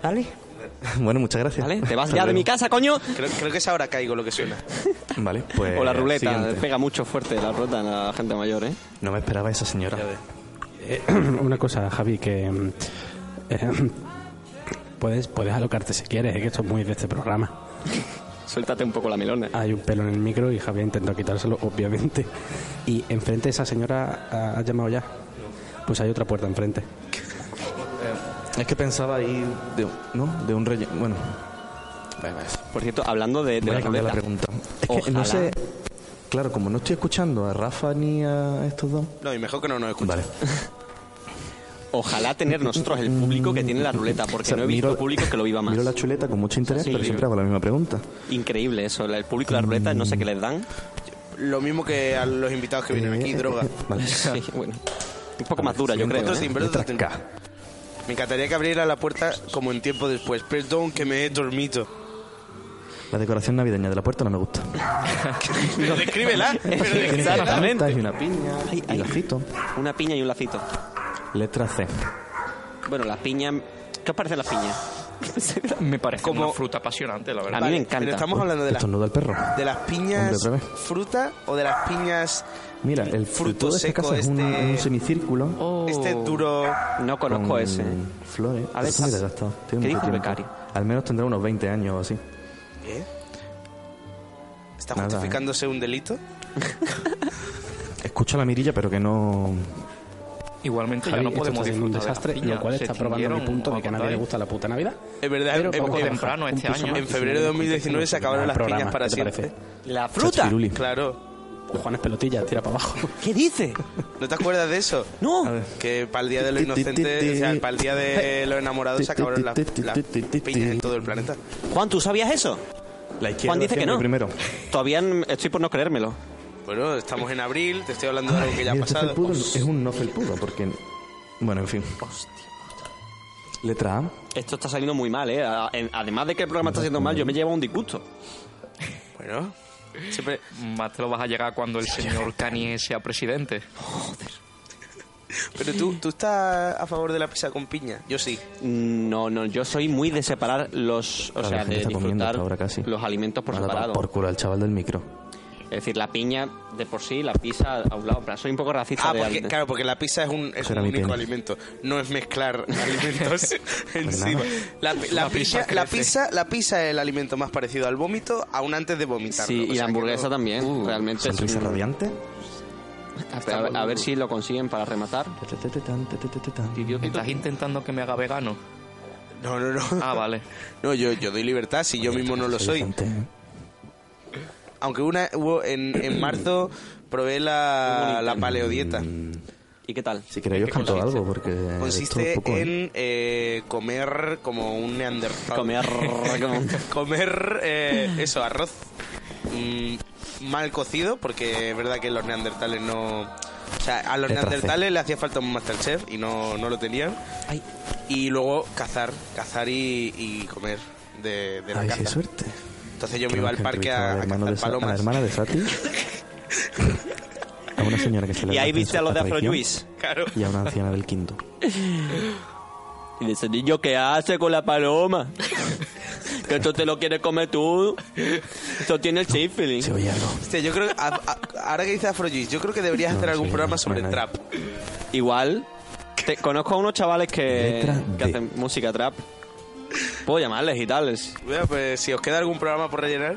Speaker 8: ¿Vale?
Speaker 4: Bueno, muchas gracias.
Speaker 2: ¿Vale? ¿Te vas
Speaker 4: Hasta
Speaker 2: ya de
Speaker 4: luego.
Speaker 2: mi casa, coño?
Speaker 5: Creo, creo que es ahora caigo lo que suena.
Speaker 4: Vale, pues.
Speaker 2: o la ruleta.
Speaker 4: siguiente.
Speaker 2: Pega mucho fuerte la ruleta en la gente mayor, ¿eh?
Speaker 4: No me esperaba esa señora.
Speaker 9: Eh, Una cosa, Javi, que mm, eh, puedes, puedes alocarte si quieres, es que esto es muy de este programa.
Speaker 2: Suéltate un poco la melona.
Speaker 9: Hay un pelo en el micro y Javier intentó quitárselo, obviamente. Y enfrente de esa señora, ah, ¿has llamado ya? Pues hay otra puerta enfrente.
Speaker 4: Es que pensaba ahí de, ¿no? de un rey. Bueno,
Speaker 2: Por cierto, hablando de, de
Speaker 4: voy
Speaker 2: la
Speaker 4: a cambiar la
Speaker 2: ruleta.
Speaker 4: pregunta. Es que no
Speaker 2: Ojalá.
Speaker 4: sé. Claro, como no estoy escuchando a Rafa ni a estos dos.
Speaker 5: No, y mejor que no nos escuchen.
Speaker 4: Vale.
Speaker 2: Ojalá tener nosotros el público que tiene la ruleta, porque
Speaker 4: Mm. O sea,
Speaker 2: no he visto público que lo viva más.
Speaker 4: Miro la chuleta con mucho interés,
Speaker 2: Sí,
Speaker 4: pero
Speaker 2: sí.
Speaker 4: siempre hago la misma pregunta.
Speaker 2: Increíble eso, el público de la ruleta, no sé qué les dan.
Speaker 5: Lo mismo que a los invitados que vienen
Speaker 4: Eh,
Speaker 5: aquí,
Speaker 4: eh,
Speaker 5: droga.
Speaker 4: eh, Vale.
Speaker 2: Sí, bueno. Un poco más dura, yo creo.
Speaker 5: Otro
Speaker 2: ¿eh?
Speaker 5: timbre, otro
Speaker 4: Letra
Speaker 5: timbre.
Speaker 4: K.
Speaker 5: Me encantaría que abriera la puerta como en tiempo después. Perdón que me he dormido.
Speaker 4: La decoración navideña de la puerta no me gusta.
Speaker 5: Pero descríbela. Pero
Speaker 4: Tiene
Speaker 5: descríbela.
Speaker 4: unas tartas Y una piña.
Speaker 2: Ay,
Speaker 4: Y
Speaker 2: ay.
Speaker 4: lacito.
Speaker 2: Una piña y un lacito.
Speaker 4: Letra C.
Speaker 2: Bueno, las piñas. ¿Qué os parecen las piñas?
Speaker 3: Me parece
Speaker 5: Como-
Speaker 3: una fruta apasionante, la
Speaker 2: A
Speaker 3: verdad.
Speaker 2: mí me
Speaker 5: Vale,
Speaker 2: encanta.
Speaker 5: Pero estamos hablando de las,
Speaker 4: Estornuda el perro.
Speaker 5: de las
Speaker 4: Hombre,
Speaker 5: piñas
Speaker 4: otra vez.
Speaker 5: fruta o de las piñas.
Speaker 4: Mira, el fruto de esta
Speaker 5: seco,
Speaker 4: casa es un,
Speaker 5: este-
Speaker 4: un semicírculo.
Speaker 2: Oh,
Speaker 5: Este duro.
Speaker 2: No conozco
Speaker 4: con
Speaker 2: ese.
Speaker 4: Flores.
Speaker 2: A ver,
Speaker 4: Esto me
Speaker 2: ¿sabes?
Speaker 4: desgastó.
Speaker 2: ¿Qué
Speaker 4: mucho
Speaker 2: dijo el
Speaker 4: tiempo.
Speaker 2: becario?
Speaker 4: Al menos tendrá unos 20 años o así.
Speaker 5: ¿Eh? ¿Está
Speaker 4: Nada, ¿eh?
Speaker 5: justificándose un delito?
Speaker 4: Escucha la mirilla, pero que no.
Speaker 3: Igualmente
Speaker 9: Javi,
Speaker 3: ya no
Speaker 9: esto está
Speaker 3: podemos
Speaker 9: siendo
Speaker 3: disfrutar
Speaker 9: un
Speaker 3: de las
Speaker 9: desastre,
Speaker 3: piñas.
Speaker 9: lo cual
Speaker 3: Se
Speaker 9: está probando mi
Speaker 3: extinguieron,
Speaker 9: punto de que a nadie le
Speaker 3: ¿acordáis?
Speaker 9: gusta la puta Navidad.
Speaker 5: Es verdad,
Speaker 9: Pero
Speaker 5: es
Speaker 9: poco
Speaker 5: verdad.
Speaker 3: temprano este
Speaker 9: Un piso
Speaker 3: año.
Speaker 4: ¿eh?
Speaker 9: más.
Speaker 5: En febrero de 2019 se acabaron las
Speaker 9: Programa,
Speaker 5: piñas para
Speaker 9: ¿qué te
Speaker 5: siempre.
Speaker 9: parece?
Speaker 2: la fruta.
Speaker 4: Chachiruli.
Speaker 5: Claro.
Speaker 9: Juan es pelotilla, tira para abajo.
Speaker 2: ¿Qué dice?
Speaker 5: ¿No te acuerdas de eso?
Speaker 2: No.
Speaker 5: Que para el día de los
Speaker 4: Ti, ti, ti,
Speaker 5: inocentes,
Speaker 4: ti.
Speaker 5: o sea, para el día de los enamorados
Speaker 4: Ti,
Speaker 5: se
Speaker 4: ti,
Speaker 5: acabaron
Speaker 4: ti,
Speaker 5: las
Speaker 4: ti, ti,
Speaker 5: las
Speaker 4: ti, ti, ti,
Speaker 5: piñas en
Speaker 4: ti.
Speaker 5: todo el planeta.
Speaker 2: Juan, ¿tú sabías eso?
Speaker 4: La izquierda.
Speaker 2: Juan dice que
Speaker 4: siempre
Speaker 2: no.
Speaker 4: Primero.
Speaker 2: Todavía n- estoy por no creérmelo.
Speaker 5: Bueno, estamos en abril, te estoy hablando de algo que ya ha
Speaker 4: Mira, este
Speaker 5: pasado.
Speaker 4: felpudo es un no felpudo, porque. Bueno, en fin. Letra A.
Speaker 2: Esto está saliendo muy mal, ¿eh? A- en- Además de que el programa está siendo mal, yo me llevo un disgusto.
Speaker 5: Bueno, siempre.
Speaker 3: Más te lo vas a llegar cuando el señor Kanye sea presidente.
Speaker 5: Pero tú, tú estás a favor de la pizza con piña. Yo sí.
Speaker 2: Mm, No, no, yo soy muy de separar los. O
Speaker 4: Claro, la
Speaker 2: sea,
Speaker 4: gente
Speaker 2: de
Speaker 4: está comiendo
Speaker 2: disfrutar
Speaker 4: hasta ahora casi.
Speaker 2: los alimentos por
Speaker 4: Ahora toma
Speaker 2: separado.
Speaker 4: Por culo al chaval del micro.
Speaker 2: Es decir, la piña de por sí, la pizza a un lado. Pero Soy un poco racista.
Speaker 5: Ah,
Speaker 2: de-
Speaker 5: porque, claro, porque la pizza es un, es
Speaker 4: Será
Speaker 5: un
Speaker 4: mi
Speaker 5: único
Speaker 4: pene.
Speaker 5: alimento. No es mezclar alimentos encima.
Speaker 4: Pues nada.
Speaker 5: La, pi- la
Speaker 3: La pizza
Speaker 5: pizza, la,
Speaker 3: crece.
Speaker 5: pizza, la pizza es el alimento más parecido al vómito, aún antes de vomitar.
Speaker 2: Sí, y la hamburguesa también.
Speaker 5: uh,
Speaker 2: Realmente es
Speaker 4: Sonrisa
Speaker 2: un-
Speaker 4: radiante.
Speaker 2: A ver, a ver si lo consiguen para rematar.
Speaker 3: ¿Estás intentando que me haga vegano?
Speaker 5: No, no, no.
Speaker 3: Ah, vale.
Speaker 5: No, yo, yo doy libertad si yo mismo no lo soy.
Speaker 4: Radiante.
Speaker 5: Aunque una hubo en, en marzo probé la, la paleodieta.
Speaker 2: ¿Y qué tal?
Speaker 4: Si queréis, os canto algo, porque. Mm, esto es
Speaker 5: Consiste
Speaker 4: poco, ¿eh?
Speaker 5: en eh, comer como un neandertal.
Speaker 2: Comer. como-
Speaker 5: comer eh, eso, arroz mm, mal cocido, porque es verdad que los neandertales no... O sea, a los
Speaker 4: Letra C.
Speaker 5: neandertales le hacía falta un Masterchef y no, no lo tenían.
Speaker 2: Ay.
Speaker 5: Y luego cazar, cazar y, y comer de, de la
Speaker 4: Ay,
Speaker 5: caza.
Speaker 4: qué suerte.
Speaker 5: Entonces yo me iba al parque a, a
Speaker 4: hermano
Speaker 5: cazar
Speaker 4: de Sa- a la
Speaker 5: palomas.
Speaker 4: hermana de Sati. a una señora que se le
Speaker 2: Y ahí
Speaker 4: mata en
Speaker 2: viste
Speaker 4: su
Speaker 2: a los de Afro
Speaker 4: aparición,
Speaker 2: Luis.
Speaker 5: Claro.
Speaker 4: Y a una anciana del quinto.
Speaker 2: Y dice, niño, ¿qué hace con la paloma? que esto te lo quieres comer tú. Esto tiene el sífilis.
Speaker 4: Se oye algo.
Speaker 5: Hostia, yo creo que a- a- ahora que dices Afrojuice, yo creo que deberías
Speaker 4: No,
Speaker 5: hacer
Speaker 4: no
Speaker 5: algún
Speaker 4: sé,
Speaker 5: programa
Speaker 4: no
Speaker 5: sobre
Speaker 4: suena
Speaker 5: trap.
Speaker 2: Igual, te, conozco a unos chavales que,
Speaker 4: Letra
Speaker 2: que
Speaker 4: D.
Speaker 2: hacen música trap. Puedo llamarles y tales.
Speaker 5: Bueno, pues si os queda algún programa por rellenar.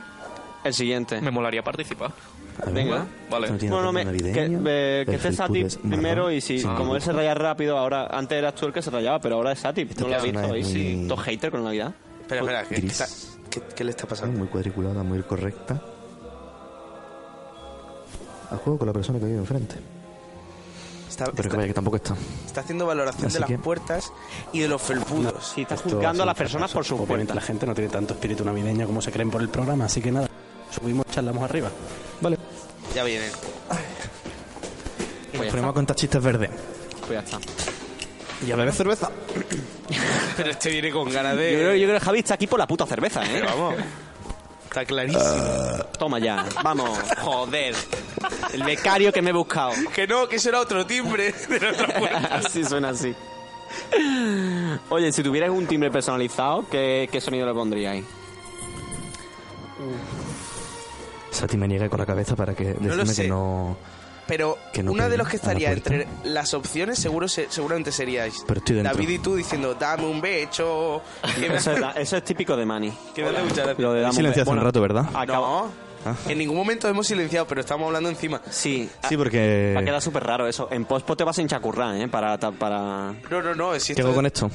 Speaker 2: El siguiente.
Speaker 3: Me molaría participar. Pues,
Speaker 4: A ver.
Speaker 2: Venga.
Speaker 3: Vale.
Speaker 4: No tiene
Speaker 2: Bueno,
Speaker 4: nada
Speaker 2: me- que,
Speaker 4: navideño,
Speaker 2: eh, que
Speaker 4: el
Speaker 2: esté
Speaker 4: Facebook
Speaker 2: Sati
Speaker 4: es marrón.
Speaker 2: primero y si,
Speaker 4: Sí.
Speaker 2: como él se raya rápido, ahora antes eras tú el que se rayaba, pero ahora es Sati. No lo has
Speaker 4: persona
Speaker 2: visto hoy,
Speaker 4: Este es muy-
Speaker 2: sí. Dos hater con Navidad.
Speaker 5: Espera, espera, ¿qué,
Speaker 4: Gris.
Speaker 5: está- qué- qué le está pasando?
Speaker 4: muy cuadriculada, muy correcta. Al juego con la persona que vive enfrente.
Speaker 5: Está,
Speaker 4: Pero que
Speaker 5: está-
Speaker 4: vaya que tampoco está.
Speaker 5: está haciendo valoración
Speaker 4: Así
Speaker 5: de las
Speaker 4: que-
Speaker 5: puertas y de los felpudos.
Speaker 2: Sí, estás
Speaker 9: Esto
Speaker 2: juzgando a
Speaker 9: es
Speaker 2: las
Speaker 9: un
Speaker 2: personas por
Speaker 9: fracaso.
Speaker 2: sus
Speaker 9: Obviamente
Speaker 2: cuentas.
Speaker 9: la gente no tiene tanto espíritu navideño como se creen por el programa, así que nada, subimos, charlamos arriba.
Speaker 4: Vale.
Speaker 5: Ya vienen.
Speaker 2: Pues ya
Speaker 4: Ponemos a contar chistes verdes.
Speaker 2: está, pues ya está.
Speaker 4: Y a beber cerveza.
Speaker 5: Pero este viene con ganas
Speaker 2: Yo creo,
Speaker 5: de.
Speaker 2: yo creo que Javi está aquí por la puta cerveza, ¿eh?
Speaker 5: Pero vamos. Está
Speaker 4: Ah.
Speaker 5: clarísimo.
Speaker 2: Toma ya, vamos, joder. El becario que me he buscado.
Speaker 5: Que no, que eso era otro timbre de la otra puerta.
Speaker 2: así suena así. Oye, si tuvieras un timbre personalizado, ¿qué, qué sonido le pondríais?
Speaker 4: Sati me niega con la cabeza para que decirme
Speaker 5: lo sé.
Speaker 4: que no.
Speaker 5: Pero
Speaker 4: Que no
Speaker 5: una de
Speaker 4: pedí
Speaker 5: los que
Speaker 4: a la
Speaker 5: estaría
Speaker 4: puerta.
Speaker 5: entre las opciones seguro se- seguramente seríais
Speaker 4: Pero estoy dentro.
Speaker 5: David y tú diciendo, dame un becho. Que me-
Speaker 2: Eso es, eso es típico de Manny.
Speaker 5: que me hace mucha gracia.
Speaker 2: Lo de dame un
Speaker 4: Silencio hace
Speaker 2: beso.
Speaker 4: un rato, ¿verdad?
Speaker 2: Acabo-
Speaker 5: No. En ningún momento hemos silenciado, pero estamos hablando encima.
Speaker 2: Sí.
Speaker 4: Sí,
Speaker 2: ah, Va a quedar
Speaker 4: porque.
Speaker 2: súper raro eso. En pospo te vas a hinchacurrar, ¿eh? Para... ta- para...
Speaker 5: No, no, no. si
Speaker 4: ¿Qué
Speaker 5: esto-
Speaker 4: hago con esto?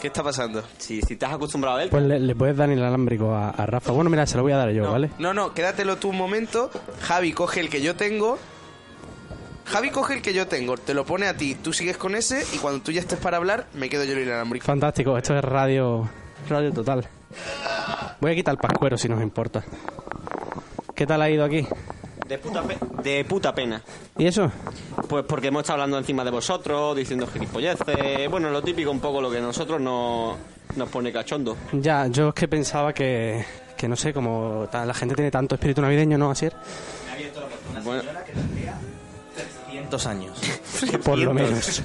Speaker 5: ¿Qué está pasando?
Speaker 2: Si, si te has acostumbrado a él...
Speaker 9: Pues le, le puedes dar el alámbrico a, a Rafa. Bueno, mira, se lo voy a dar yo,
Speaker 5: No,
Speaker 9: ¿vale?
Speaker 5: no, no, quédatelo tú un momento. Javi coge el que yo tengo. Javi coge el que yo tengo, te lo pone a ti, tú sigues con ese y cuando tú ya estés para hablar, me quedo yo el inalámbrico.
Speaker 9: Fantástico, esto es radio, radio total. Voy a quitar el pascuero si nos importa. ¿Qué tal ha ido aquí?
Speaker 2: De puta, pe- de puta pena.
Speaker 9: ¿Y eso?
Speaker 2: Pues porque hemos estado hablando encima de vosotros, diciendo gilipolleces... Bueno, lo típico un poco lo que nosotros no, nos pone cachondo.
Speaker 9: Ya, yo es que pensaba que, que no sé, como ta- la gente tiene tanto espíritu navideño, ¿no? Así es.
Speaker 2: Bueno,
Speaker 4: Dos años.
Speaker 9: Por lo menos.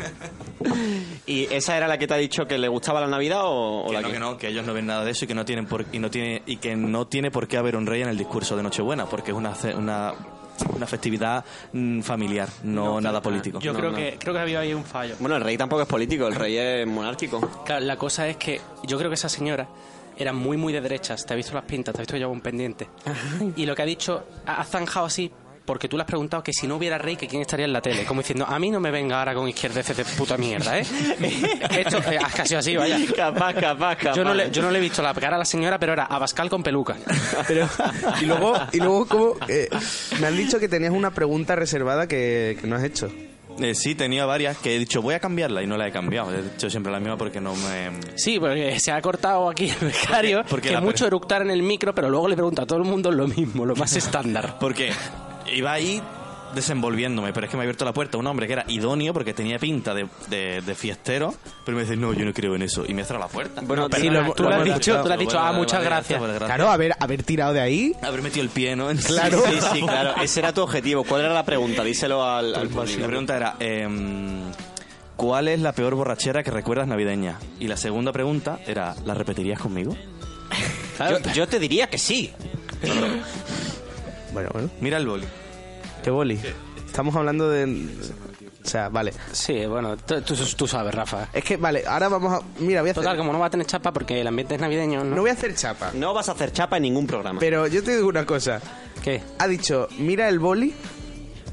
Speaker 2: ¿Y esa era la que te ha dicho que le gustaba la Navidad o, o
Speaker 4: Que
Speaker 2: la
Speaker 4: no,
Speaker 2: que
Speaker 4: que no, que ellos no ven nada de eso y que no tienen por, y no tiene y que no tiene por qué haber un rey en el discurso de Nochebuena, porque es una ce- una, una festividad mm, familiar, no, nada político.
Speaker 10: Yo
Speaker 2: No,
Speaker 10: creo,
Speaker 2: no.
Speaker 10: Que, creo que había ahí un fallo.
Speaker 2: Bueno, el rey tampoco es político, el rey es monárquico.
Speaker 10: Claro, la cosa es que yo creo que esa señora era muy, muy de derechas. Te ha visto las pintas, te ha visto que llevaba un pendiente. Y lo que ha dicho, ha ha zanjado así porque tú le has preguntado que si no hubiera rey, que quién estaría en la tele. Como diciendo, a mí no me venga ahora con izquierdeces de puta mierda, ¿eh? Esto eh, ha casi así, vaya.
Speaker 2: Capaz, capaz, capaz.
Speaker 10: Yo no, le, yo no le he visto la cara a la señora, pero era Abascal con peluca.
Speaker 5: Y luego, y luego como me han dicho que tenías una pregunta reservada que, no has hecho.
Speaker 4: Eh, sí, tenía varias que he dicho voy a cambiarla y no la he cambiado. He dicho siempre la misma porque no me
Speaker 10: Sí, porque se ha cortado aquí el becario,
Speaker 4: Porque- porque
Speaker 10: que
Speaker 4: la
Speaker 10: mucho
Speaker 4: per-
Speaker 10: eructar en el micro, pero luego le pregunta a todo el mundo lo mismo, lo más estándar.
Speaker 4: porque iba ahí desenvolviéndome, pero es que me ha abierto la puerta un hombre que era idóneo porque tenía pinta de, de- de fiestero, pero me dice, no, yo no creo en eso, y me ha cerrado la puerta.
Speaker 2: Bueno,
Speaker 10: Sí,
Speaker 2: perdona,
Speaker 10: lo- tú
Speaker 2: no,
Speaker 10: lo has
Speaker 2: bueno,
Speaker 10: dicho, tú lo has
Speaker 4: Vale,
Speaker 10: dicho, ah,
Speaker 4: vale,
Speaker 10: muchas
Speaker 4: vale,
Speaker 10: gracias.
Speaker 4: vale,
Speaker 5: haber, haber tirado de ahí.
Speaker 4: Haber metido el pie, ¿no?
Speaker 2: Sí, sí, claro. Ese era tu objetivo. ¿Cuál era la pregunta? Díselo al, al
Speaker 4: Pues
Speaker 2: público.
Speaker 4: la pregunta era, em, ¿cuál es la peor borrachera que recuerdas navideña? Y la segunda pregunta era, ¿la repetirías conmigo?
Speaker 2: Yo, yo te diría que sí.
Speaker 5: Bueno, bueno.
Speaker 4: Mira el boli.
Speaker 5: ¿Qué boli? Estamos hablando de... O sea, vale.
Speaker 10: Sí, bueno, tú, tú- tú sabes, Rafa.
Speaker 5: Es que, vale, ahora vamos a... Mira, voy a hacer...
Speaker 10: Total, como no va a tener chapa porque el ambiente es navideño, ¿no?
Speaker 5: No voy a hacer chapa,
Speaker 2: No vas a hacer chapa en ningún programa.
Speaker 5: pero yo te digo una cosa.
Speaker 10: ¿Qué?
Speaker 5: Ha dicho, mira el boli...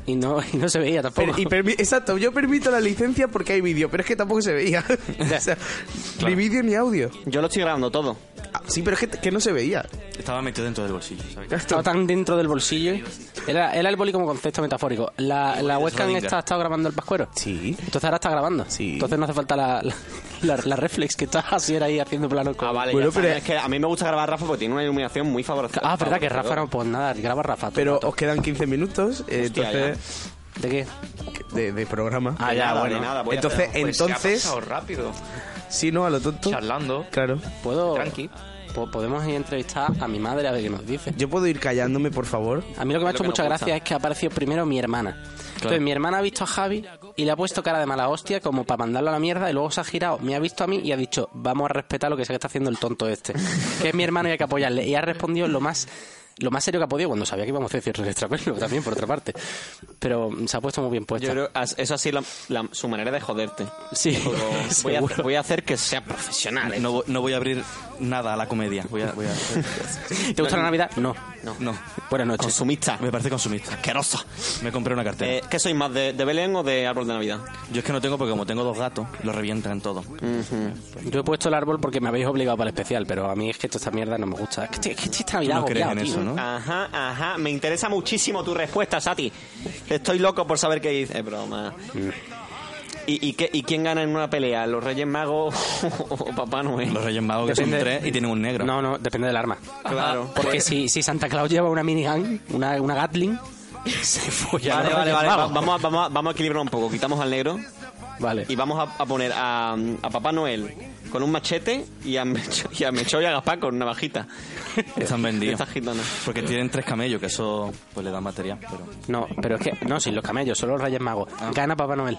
Speaker 10: Y no, y no se veía tampoco.
Speaker 5: Per- y permi- exacto, yo permito la licencia porque hay vídeo, pero es que tampoco se veía. O sea, Ni vídeo ni audio.
Speaker 2: Yo lo estoy grabando todo.
Speaker 5: Ah, sí, pero es que, que no se veía.
Speaker 4: Estaba metido dentro del bolsillo, ¿sabes?
Speaker 10: estaba tan dentro del bolsillo. Era, era el boli como concepto metafórico. La, la webcam
Speaker 4: rodinga.
Speaker 10: está, ha estado grabando el pascuero.
Speaker 5: Sí.
Speaker 10: Entonces ahora está grabando.
Speaker 5: Sí.
Speaker 10: Entonces no hace falta la, la, la- la reflex que está así era ahí haciendo plano con...
Speaker 2: Ah, vale.
Speaker 5: Bueno,
Speaker 2: ya está.
Speaker 5: pero-
Speaker 2: Es que a mí me gusta grabar a Rafa porque tiene una iluminación muy favorable.
Speaker 10: Ah, verdad que Rafa no, pues nada, graba Rafa. todo
Speaker 5: Pero
Speaker 10: el rato.
Speaker 5: os quedan 15 minutos eh,
Speaker 2: Hostia,
Speaker 5: entonces
Speaker 10: ¿De qué?
Speaker 5: de, de programa.
Speaker 2: Ah, ya, bueno. nada, voy a
Speaker 5: entonces,
Speaker 2: hacer-
Speaker 3: Pues se ha
Speaker 5: entonces,
Speaker 3: pasado rápido,
Speaker 5: sí, no, a lo tonto.
Speaker 3: charlando,
Speaker 5: Claro.
Speaker 10: ¿Puedo...?
Speaker 3: tranqui.
Speaker 1: po- podemos ir a entrevistar a mi madre a ver qué nos dice.
Speaker 5: ¿Yo puedo ir callándome, por favor?
Speaker 1: A mí lo que me ha
Speaker 5: Lo
Speaker 1: hecho
Speaker 5: que nos
Speaker 1: mucha
Speaker 5: gusta.
Speaker 1: gracia es que ha aparecido primero mi hermana. Entonces mi hermana ha visto a Javi y le ha puesto cara de mala hostia como para mandarlo a la mierda y luego se ha girado, me ha visto a mí y ha dicho, vamos a respetar lo que sea que está haciendo el tonto este, que es mi hermano y hay que apoyarle. Y ha respondido lo más lo más serio que ha podido cuando sabía que íbamos a decir el extrapelo también, por otra parte. Pero mm, se ha puesto muy bien puesta.
Speaker 2: Yo creo as- eso así la, la- su manera de joderte.
Speaker 1: Sí,
Speaker 2: Como, voy, a,
Speaker 1: seguro.
Speaker 2: voy a hacer que sea profesional. ¿eh?
Speaker 4: No, vo- no voy a abrir nada a la comedia. Voy a, voy a-
Speaker 1: ¿Te gusta la Navidad? No.
Speaker 2: No.
Speaker 4: No.
Speaker 1: Buenas noches.
Speaker 2: Consumista.
Speaker 4: Me parece consumista.
Speaker 2: Asquerosa.
Speaker 4: Me compré una cartera.
Speaker 2: Eh, ¿Qué sois más, de, de Belén o de árbol de Navidad?
Speaker 4: Yo es que no tengo porque como tengo dos gatos, lo revientan todo.
Speaker 1: Yo he puesto el árbol porque me habéis obligado para el especial, pero a mí es que toda esta mierda no me gusta. Es que, estoy- es que estoy esta Navidad
Speaker 4: no crees
Speaker 1: agobiado,
Speaker 4: en
Speaker 1: tío.
Speaker 4: eso,
Speaker 2: Ah,
Speaker 4: ¿no?
Speaker 2: Ajá, ajá. Me interesa muchísimo tu respuesta, Sati. Estoy loco por saber qué dices. Es broma. ¿Y, y, qué- y quién gana en una pelea? ¿Los Reyes Magos o Papá Noel?
Speaker 4: Los Reyes Magos que son
Speaker 1: Depende-
Speaker 4: tres y tienen un negro.
Speaker 1: No, no, depende del arma.
Speaker 2: Pues Claro.
Speaker 1: Porque si, si Santa Claus lleva una minigun, una, una Gatling, se folla.
Speaker 2: Vale, vale, Pues vale. Va- Vamos, a, vamos, a, vamos a equilibrar un poco. Quitamos al negro
Speaker 1: Vale.
Speaker 2: y vamos a, a poner a, a Papá Noel con un machete y a Mecho y a, Melchor y a Gaspar con una bajita.
Speaker 4: Están vendidos.
Speaker 2: Estas gitanas.
Speaker 4: Porque tienen tres camellos, que eso pues le da material. Pero...
Speaker 1: No, pero es que, no, sin los camellos, solo los Reyes Magos. Gana Papá Noel.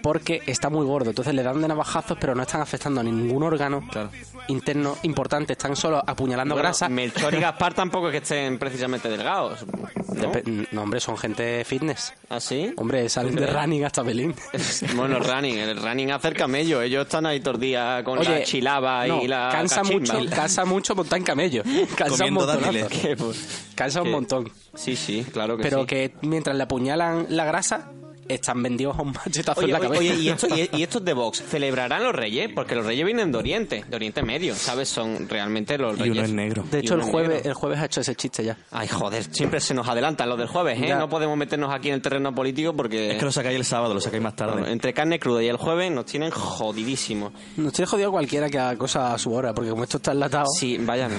Speaker 1: Porque está muy gordo, entonces le dan de navajazos, pero no están afectando a ningún órgano
Speaker 4: Claro.
Speaker 1: interno importante, están solo apuñalando
Speaker 2: Bueno,
Speaker 1: grasa.
Speaker 2: Melchor y Gaspar tampoco es que estén precisamente delgados. ¿no?
Speaker 1: Depe- no, hombre, son gente fitness.
Speaker 2: ¿Ah, sí?
Speaker 1: Hombre, salen de running hasta Belín.
Speaker 2: Bueno, el running, el running hace el camello. Ellos están ahí todos días con la chilaba
Speaker 1: no,
Speaker 2: y la
Speaker 1: cansa
Speaker 2: cachimba.
Speaker 1: mucho, cansa mucho montar en camello. Cansa un
Speaker 4: Comiendo
Speaker 1: montonazo.
Speaker 4: dátiles.
Speaker 2: Que, pues,
Speaker 1: Cansa un
Speaker 2: que-
Speaker 1: montón.
Speaker 2: Sí, sí, claro que
Speaker 1: Pero
Speaker 2: sí.
Speaker 1: que mientras le apuñalan la grasa, están vendidos a un machetazo en
Speaker 2: Oye,
Speaker 1: la
Speaker 2: oye,
Speaker 1: cabeza.
Speaker 2: oye, y, esto, y, y estos de Vox, ¿celebrarán los reyes? Porque los reyes vienen de Oriente, de Oriente Medio, ¿sabes? Son realmente los
Speaker 4: Y
Speaker 2: reyes.
Speaker 4: uno es negro.
Speaker 1: de hecho,
Speaker 2: y
Speaker 1: el
Speaker 2: uno
Speaker 1: jueves,
Speaker 2: negro.
Speaker 1: el jueves ha hecho ese chiste ya.
Speaker 2: Ay, joder, siempre se nos adelantan los del jueves, ¿eh?
Speaker 1: Ya.
Speaker 2: No podemos meternos aquí en el terreno político porque...
Speaker 4: Es que lo sacáis el sábado, lo sacáis más
Speaker 2: Bueno,
Speaker 4: tarde.
Speaker 2: entre carne cruda y el jueves nos tienen jodidísimos.
Speaker 1: No estoy jodido a cualquiera que haga cosas a su hora, porque como esto está enlatado,
Speaker 2: Sí, vayan.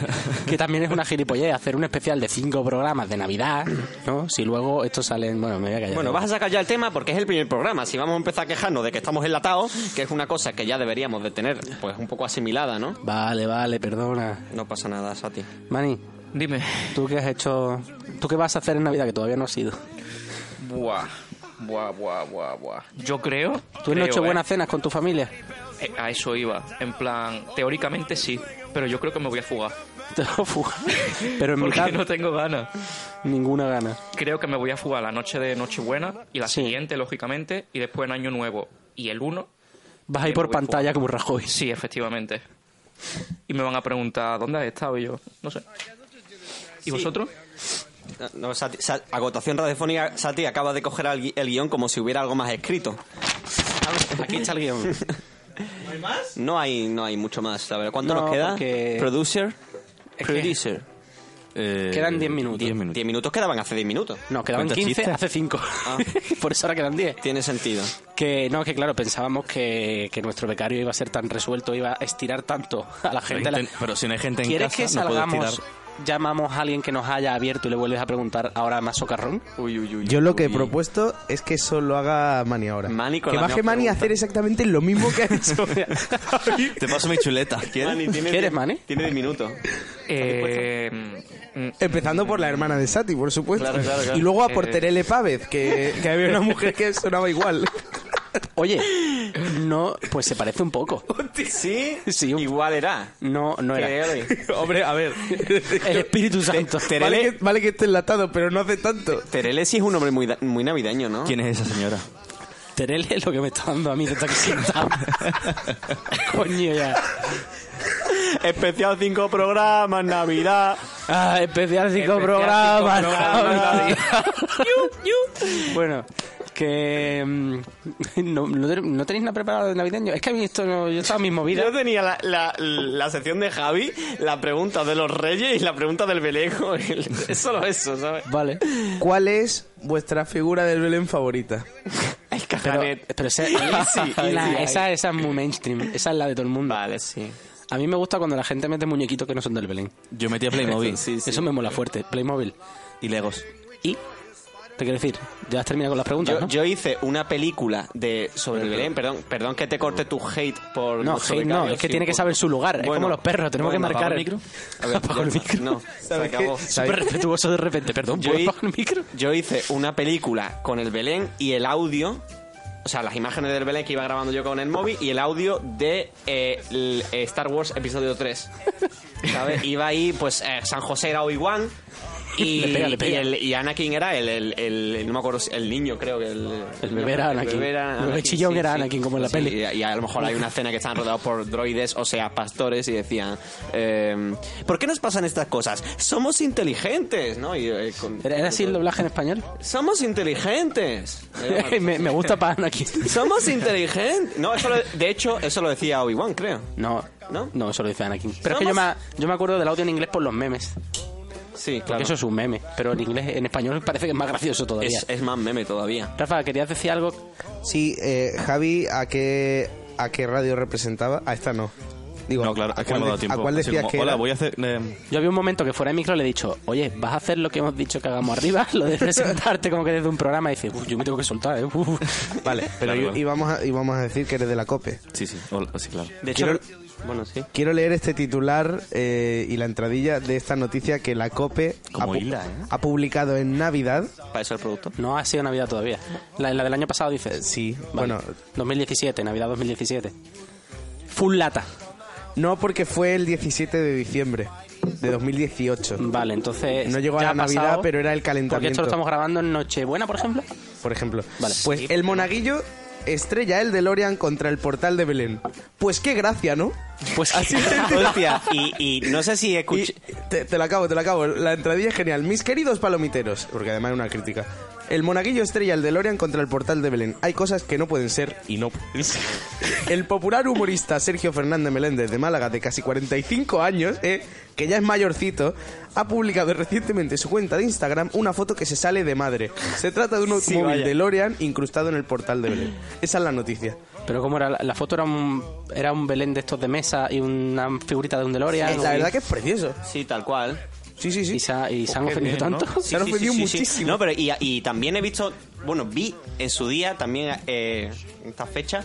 Speaker 1: que también es una gilipollez hacer un especial de cinco programas de Navidad, ¿no? Si luego esto sale... Bueno, me voy a callar.
Speaker 2: Bueno, vas a sacar ya el tema porque es el primer programa. Si vamos a empezar a quejarnos de que estamos enlatados, que es una cosa que ya deberíamos de tener pues un poco asimilada, ¿no?
Speaker 1: Vale, vale, perdona.
Speaker 2: No pasa nada, Sati.
Speaker 1: Mani,
Speaker 3: Dime.
Speaker 1: ¿tú qué has hecho...? ¿Tú qué vas a hacer en Navidad que todavía no has ido?
Speaker 3: Buah. Buah, buah, buah, buah. Yo creo.
Speaker 1: ¿Tú en
Speaker 3: creo,
Speaker 1: Nochebuena cenas con tu familia?
Speaker 3: eh, A eso iba. En plan, teóricamente sí, pero yo creo que me voy a fugar.
Speaker 1: Te lo fuga. Pero en
Speaker 3: Porque
Speaker 1: mitad,
Speaker 3: no tengo ganas.
Speaker 1: ninguna gana.
Speaker 3: Creo que me voy a fugar la noche de Nochebuena y la
Speaker 1: Sí.
Speaker 3: siguiente, lógicamente, y después en Año Nuevo y el 1.
Speaker 1: Vas ahí
Speaker 3: Yo
Speaker 1: por
Speaker 3: voy fuga.
Speaker 1: pantalla como Rajoy.
Speaker 3: Sí, efectivamente. Y me van a preguntar, ¿dónde has estado? Y yo, no sé. ¿Y vosotros?
Speaker 2: No, Sati, Sa- agotación radiofónica, Sati acaba de coger al gui- el guión como si hubiera algo más escrito.
Speaker 1: Aquí está el guión.
Speaker 2: No hay, no hay mucho más. A ver, ¿cuánto
Speaker 1: No,
Speaker 2: nos queda?
Speaker 1: porque-
Speaker 2: Producer.
Speaker 1: Es que-
Speaker 2: Producer.
Speaker 4: Eh,
Speaker 1: Quedan 10 minutos.
Speaker 4: 10 minutos.
Speaker 2: 10 minutos quedaban hace 10 minutos.
Speaker 1: No, quedaban
Speaker 4: ¿Cuántos
Speaker 1: 15,
Speaker 4: chistes?
Speaker 1: hace 5. Por eso ahora quedan 10.
Speaker 2: Tiene sentido.
Speaker 1: Que no, que claro, pensábamos que, que nuestro becario iba a ser tan resuelto, iba a estirar tanto a la gente.
Speaker 4: Pero,
Speaker 1: La-
Speaker 4: inten- pero si no hay gente en
Speaker 1: ¿Quieres
Speaker 4: casa,
Speaker 1: que
Speaker 4: no puedo
Speaker 1: salgamos,
Speaker 4: tirar.
Speaker 1: llamamos a alguien que nos haya abierto y le vuelves a preguntar ahora más socarrón?
Speaker 5: Yo lo que he propuesto es que eso lo haga Mani ahora.
Speaker 2: Mani con
Speaker 5: que
Speaker 2: la
Speaker 5: baje
Speaker 2: misma
Speaker 5: Mani a
Speaker 2: pregunta.
Speaker 5: hacer exactamente lo mismo que ha hecho.
Speaker 4: Te paso mi chuleta. ¿Quieres?
Speaker 2: Mani, tiene
Speaker 1: ¿Quieres,
Speaker 2: diez-
Speaker 1: Mani?
Speaker 2: Tiene 10 minutos.
Speaker 3: Eh, mm,
Speaker 5: Empezando por la hermana de Sati, por supuesto.
Speaker 2: Claro, claro, claro.
Speaker 5: Y luego a
Speaker 3: Eh.
Speaker 5: por Terele Pávez, que, que había una mujer que sonaba igual.
Speaker 1: Oye, no, pues se parece un poco.
Speaker 2: ¿Sí?
Speaker 1: Sí, un-
Speaker 2: Igual era.
Speaker 1: No, no era.
Speaker 2: Creo que-
Speaker 5: Hombre, a ver.
Speaker 1: El Espíritu Santo.
Speaker 5: Vale que, vale que esté enlatado, pero no hace tanto.
Speaker 2: Terele sí es un hombre muy, da- muy navideño, ¿no?
Speaker 4: ¿Quién es esa señora?
Speaker 1: Terele es lo que me está dando a mí de estar aquí sentado. Coño ya.
Speaker 2: Especial 5 programas, Navidad.
Speaker 1: Ah, especial cinco
Speaker 3: Especial
Speaker 1: programas.
Speaker 3: cinco programas.
Speaker 1: bueno, que mm, no, no, ten- no tenéis nada preparado de navideño. Es que a mí esto no, yo estaba en mis movidas.
Speaker 2: Yo tenía la, la- la sección de Javi, la pregunta de los reyes y la pregunta del belejo. Es solo eso, ¿sabes?
Speaker 1: Vale.
Speaker 5: ¿Cuál es vuestra figura del Belén favorita?
Speaker 2: El
Speaker 1: Pero,
Speaker 2: cajanet.
Speaker 1: pero esa,
Speaker 2: sí, ahí
Speaker 1: la-
Speaker 2: sí, ahí.
Speaker 1: esa, esa es muy mainstream. Esa es la de todo el mundo.
Speaker 2: Vale, sí.
Speaker 1: A mí me gusta cuando la gente mete muñequitos que no son del Belén.
Speaker 4: Yo metí a Playmobil
Speaker 2: Sí, sí.
Speaker 1: Eso me mola fuerte. Playmobil.
Speaker 4: y Legos.
Speaker 1: Y Te quiero decir, ya has terminado con las preguntas,
Speaker 2: Yo,
Speaker 1: ¿no?
Speaker 2: yo hice una película de sobre el Belén, perdón, perdón que te corte tu hate por
Speaker 1: No,
Speaker 2: nuestro
Speaker 1: hate no,
Speaker 2: becario,
Speaker 1: es que
Speaker 2: sí,
Speaker 1: tiene que
Speaker 2: por-
Speaker 1: saber su lugar, es
Speaker 2: Bueno,
Speaker 1: como los perros, tenemos
Speaker 2: bueno,
Speaker 1: que
Speaker 2: ¿apago
Speaker 1: marcar
Speaker 2: el micro. A ver,
Speaker 1: Apago
Speaker 2: ya
Speaker 1: el
Speaker 2: está.
Speaker 1: micro.
Speaker 2: No, se acabó.
Speaker 1: Súper respetuoso de repente, perdón,
Speaker 2: Yo
Speaker 1: ¿puedo
Speaker 2: hi-
Speaker 1: apagar el micro?
Speaker 2: Yo hice una película con el Belén y el audio, o sea, las imágenes del Belén que iba grabando yo con el móvil y el audio de eh, el- eh, Star Wars Episodio 3. ¿Sabes? Iba ahí, pues, eh, San José era Obi-Wan. Y,
Speaker 1: Le pega, le pega.
Speaker 2: Y, el- y Anakin era el, el, el- no me acuerdo, si- el niño creo que el,
Speaker 1: El bebé era Anakin.
Speaker 2: bebé era
Speaker 1: El
Speaker 2: Anakin, Pues
Speaker 1: bebé chillón era Anakin, como en la peli.
Speaker 2: Y, y a lo mejor hay una escena que están rodeados por droides, o sea, pastores, y decían, eh, ¿por qué nos pasan estas cosas? Somos inteligentes, ¿no? Y, eh, con-
Speaker 1: ¿Era así el doblaje en español?
Speaker 2: somos inteligentes. Era una-
Speaker 1: me, me gusta para aquí.
Speaker 2: Somos inteligentes. No, eso lo- de hecho, eso lo decía Obi-Wan, creo.
Speaker 1: No,
Speaker 2: ¿No?
Speaker 1: no, eso lo dice Anakin. Pero es que
Speaker 2: Somos-
Speaker 1: yo me, yo me acuerdo del audio en inglés por los memes, porque
Speaker 2: Sí, claro.
Speaker 1: eso es un meme, pero en inglés, en español parece que es más gracioso todavía.
Speaker 2: es, es más meme todavía.
Speaker 1: Rafa, ¿querías decir algo?
Speaker 5: Sí, eh, Javi, ¿a qué, ¿a qué radio representaba? A esta no. Digo,
Speaker 4: No, claro,
Speaker 5: ¿a
Speaker 4: es que no me ha
Speaker 5: cuál
Speaker 4: dado
Speaker 5: de-
Speaker 4: tiempo.
Speaker 5: ¿A cuál
Speaker 4: Así
Speaker 5: decías
Speaker 4: como,
Speaker 5: que
Speaker 4: Hola,
Speaker 5: era?
Speaker 4: voy a hacer... eh,
Speaker 1: Yo había un momento que fuera de micro le he dicho, oye, ¿vas a hacer lo que hemos dicho que hagamos arriba? Lo de presentarte como que desde un programa y dices, "Uf, yo me tengo que soltar, ¿eh? Uf".
Speaker 5: Vale, pero
Speaker 4: Claro,
Speaker 5: yo-
Speaker 4: claro.
Speaker 5: íbamos, a, íbamos a decir que eres de la COPE.
Speaker 4: Sí, sí, hola, sí, claro.
Speaker 2: De hecho,
Speaker 5: Quiero-
Speaker 2: bueno, sí.
Speaker 5: Quiero leer este titular eh, y la entradilla de esta noticia que la COPE ha,
Speaker 4: Como
Speaker 5: pu-
Speaker 4: hila, ¿eh?
Speaker 5: ha publicado en Navidad.
Speaker 2: Para eso el producto.
Speaker 1: No ha sido Navidad todavía. La, la del año pasado dices.
Speaker 5: Sí,
Speaker 1: Vale.
Speaker 5: bueno,
Speaker 1: 2017, Navidad 2017. Full lata.
Speaker 5: no porque fue el 17 de diciembre de 2018.
Speaker 1: Vale, entonces.
Speaker 5: No llegó a
Speaker 1: ya
Speaker 5: la
Speaker 1: ha
Speaker 5: Navidad,
Speaker 1: pasado,
Speaker 5: pero era el
Speaker 1: Porque esto
Speaker 5: calentamiento,
Speaker 1: lo estamos grabando en Nochebuena, por ejemplo.
Speaker 5: por ejemplo.
Speaker 1: Vale.
Speaker 5: Pues el monaguillo estrella el DeLorean contra el portal de Belén. Pues qué gracia, ¿no?
Speaker 1: Pues
Speaker 5: Así
Speaker 2: Hostia, y, y no sé si
Speaker 5: Y
Speaker 2: escuché...
Speaker 5: te, te la acabo, te la acabo. La entradilla es genial. Mis queridos palomiteros, porque además es una crítica. El monaguillo estrella el DeLorean contra el portal de Belén. Hay cosas que no pueden ser y no pueden ser. El popular humorista Sergio Fernández Meléndez de Málaga, de casi 45 años, eh, que ya es mayorcito, ha publicado recientemente en su cuenta de Instagram una foto que se sale de madre. Se trata de un
Speaker 2: Sí,
Speaker 5: automóvil
Speaker 2: vaya.
Speaker 5: DeLorean incrustado en el portal de Belén. Esa es la noticia.
Speaker 1: Pero como era la, la foto era un era un Belén de estos de mesa y una figurita de un DeLorean.
Speaker 5: Eh, la verdad que es precioso.
Speaker 2: Sí, tal cual.
Speaker 5: Sí, sí, sí.
Speaker 1: y se, ha- y se han ofendido tanto.
Speaker 5: Se han ofendido muchísimo.
Speaker 2: No, pero y, y también he visto, bueno, vi en su día también eh, en esta fecha,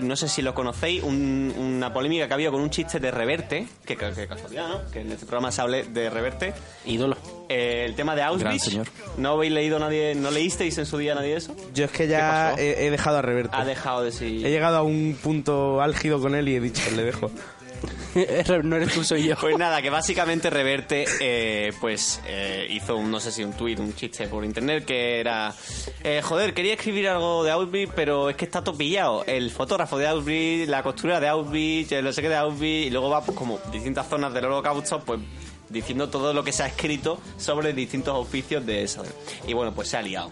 Speaker 2: no sé si lo conocéis, un- una polémica que ha habido con un chiste de Reverte, que, que- que casualidad, ¿no? Que en este programa se hable de Reverte.
Speaker 1: Ídolo.
Speaker 2: Eh, el tema de Auschwitz.
Speaker 4: Gran señor.
Speaker 2: ¿No habéis leído nadie, no leísteis en su día nadie eso?
Speaker 5: Yo es que
Speaker 2: ¿Qué
Speaker 5: ya
Speaker 2: pasó?
Speaker 5: he, he dejado a reverte.
Speaker 4: Pues
Speaker 2: Ha dejado de sí.
Speaker 5: He llegado a un punto álgido con él y he dicho, le dejo.
Speaker 1: no eres tú, soy yo.
Speaker 2: Pues nada, que básicamente Reverte eh, pues eh, hizo un, no sé si un tuit, un chiste por internet que era eh, joder, quería escribir algo de Auschwitz, pero es que está todo pillado. El fotógrafo de Auschwitz, la costura de Auschwitz, el no sé qué de Auschwitz, y luego va pues, como distintas zonas del holocausto, pues diciendo todo lo que se ha escrito sobre distintos oficios de eso. Y bueno, pues se ha liado.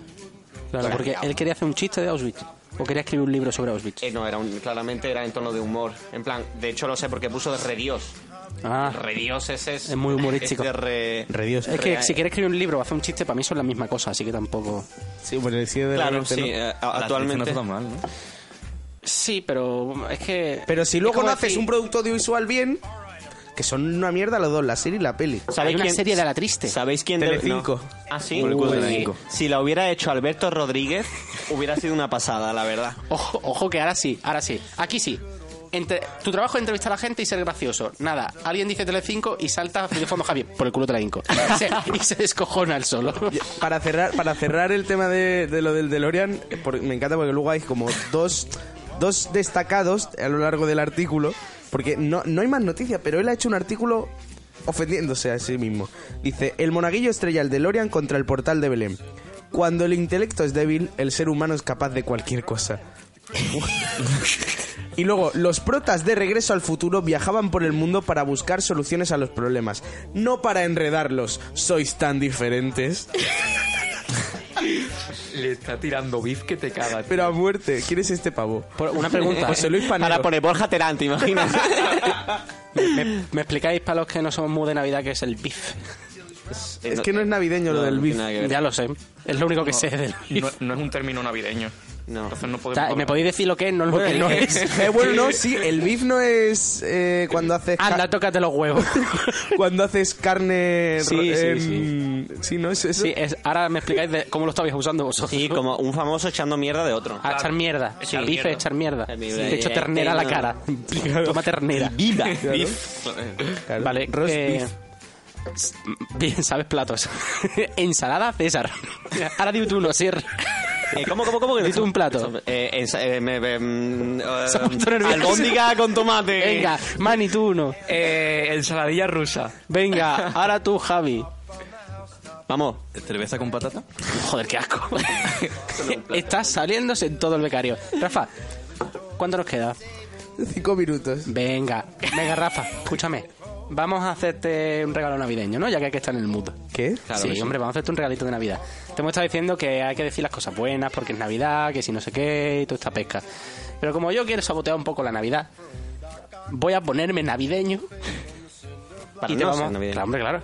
Speaker 1: Claro, porque él quería hacer un chiste de Auschwitz. O quería escribir un libro sobre Auschwitz.
Speaker 2: Eh, no, era un- claramente era en tono de humor. En plan, de hecho lo sé porque puso de redios.
Speaker 1: Ah.
Speaker 2: Redios ese es...
Speaker 1: Es muy humorístico.
Speaker 2: es de re-
Speaker 5: Redios.
Speaker 1: Es que
Speaker 2: Real.
Speaker 1: si quieres escribir un libro o hacer un chiste, para mí son la misma cosa, así que tampoco.
Speaker 5: Sí, bueno, el sí de
Speaker 2: Claro,
Speaker 5: Reverte,
Speaker 2: sí,
Speaker 5: ¿no?
Speaker 2: eh,
Speaker 4: la
Speaker 2: actualmente.
Speaker 4: actriz no está tan mal, ¿no?
Speaker 1: Sí, pero es que.
Speaker 5: Pero si luego no
Speaker 1: ¿Cómo
Speaker 5: haces
Speaker 1: decir?
Speaker 5: un producto audiovisual bien, que son una mierda los dos, la serie y la peli.
Speaker 1: Hay una serie de la triste.
Speaker 2: ¿Sabéis quién
Speaker 5: Telecinco.
Speaker 2: no. Ah, sí.
Speaker 4: Por el culo de
Speaker 2: Uy.
Speaker 4: Telecinco.
Speaker 2: Si la hubiera hecho Alberto Rodríguez, hubiera sido una pasada, la verdad.
Speaker 1: Ojo, ojo, que ahora sí, ahora sí. Aquí sí. Entre, tu trabajo es entrevistar a la gente y ser gracioso. Nada, alguien dice Telecinco y salta a fondo Javier por el culo de la Inco. Y se, y se descojona el solo.
Speaker 5: Para cerrar, para cerrar el tema de, de lo del DeLorean, eh, por- me encanta porque luego hay como dos, dos destacados a lo largo del artículo, porque no, no hay más noticias, pero él ha hecho un artículo ofendiéndose a sí mismo. Dice, el monaguillo estrella el DeLorean contra el portal de Belén. Cuando el intelecto es débil, el ser humano es capaz de cualquier cosa. Y luego, los protas de regreso al futuro viajaban por el mundo para buscar soluciones a los problemas, no para enredarlos. Sois tan diferentes.
Speaker 3: Le está tirando beef que te caga.
Speaker 5: Pero a muerte, ¿quién es este pavo?
Speaker 1: Por- una pregunta. ¿eh?
Speaker 5: José Luis Panero.
Speaker 2: Ahora pone Borja Terán, ¿te imaginas?
Speaker 1: ¿Me, me explicáis para los que no somos muy de Navidad qué es el BIF?
Speaker 5: Es que no es navideño lo del
Speaker 2: no
Speaker 5: beef.
Speaker 2: tiene nada que ver.
Speaker 1: Ya lo sé. Es lo único que sé del
Speaker 3: No, no es un término navideño. Entonces no
Speaker 10: O
Speaker 3: podemos.
Speaker 10: sea, Ah, ¿Me
Speaker 3: comer.
Speaker 10: podéis decir lo que es, no lo que no es?
Speaker 5: Eh, bueno, no, sí, el beef no es eh, cuando haces... ca-
Speaker 10: Anda, tócate los huevos.
Speaker 5: Cuando haces carne... em,
Speaker 10: Sí, sí,
Speaker 5: en-
Speaker 10: sí.
Speaker 5: Sí, ¿no? Es eso.
Speaker 10: Sí, es- ahora me explicáis de cómo lo estabais usando vosotros.
Speaker 2: Sí, como un famoso echando mierda de otro.
Speaker 1: Ah,
Speaker 10: A echar mierda.
Speaker 2: Sí.
Speaker 10: el bife, echar mierda.
Speaker 2: Sí.
Speaker 10: Te echo ternera a la cara. Toma ternera.
Speaker 2: Viva.
Speaker 5: Claro, claro.
Speaker 10: Vale.
Speaker 5: Roast
Speaker 10: eh,
Speaker 5: beef.
Speaker 10: Bien, sabes platos. Ensalada, César. Ahora dime tú uno, Sir.
Speaker 2: Eh, ¿Cómo, cómo, cómo? que
Speaker 10: Dite un plato.
Speaker 2: Eh, ensa- eh, me- me- mm, eh,
Speaker 10: Se ha puesto nervioso.
Speaker 2: albóndiga con tomate.
Speaker 10: Venga, Mani, tú uno.
Speaker 3: Eh, ensaladilla rusa.
Speaker 10: Venga, ahora tú, Javi.
Speaker 2: Vamos.
Speaker 4: ¿Cerveza con patata?
Speaker 10: Joder, qué asco. Estás saliéndose en todo el becario. Rafa, ¿cuánto nos queda?
Speaker 5: Cinco minutos.
Speaker 10: Venga, venga, Rafa, escúchame. Vamos a hacerte un regalo navideño, ¿no? Ya que hay que estar en el mood.
Speaker 5: ¿Qué?
Speaker 10: sí, hombre, vamos a hacerte un regalito de Navidad. Te hemos estado diciendo que hay que decir las cosas buenas porque es Navidad, que si no sé qué, y toda esta pesca. Pero como yo quiero sabotear un poco la Navidad, voy a ponerme navideño.
Speaker 2: Para
Speaker 10: y te
Speaker 2: no
Speaker 10: vamos.
Speaker 2: ser navideño.
Speaker 10: Claro, hombre, claro.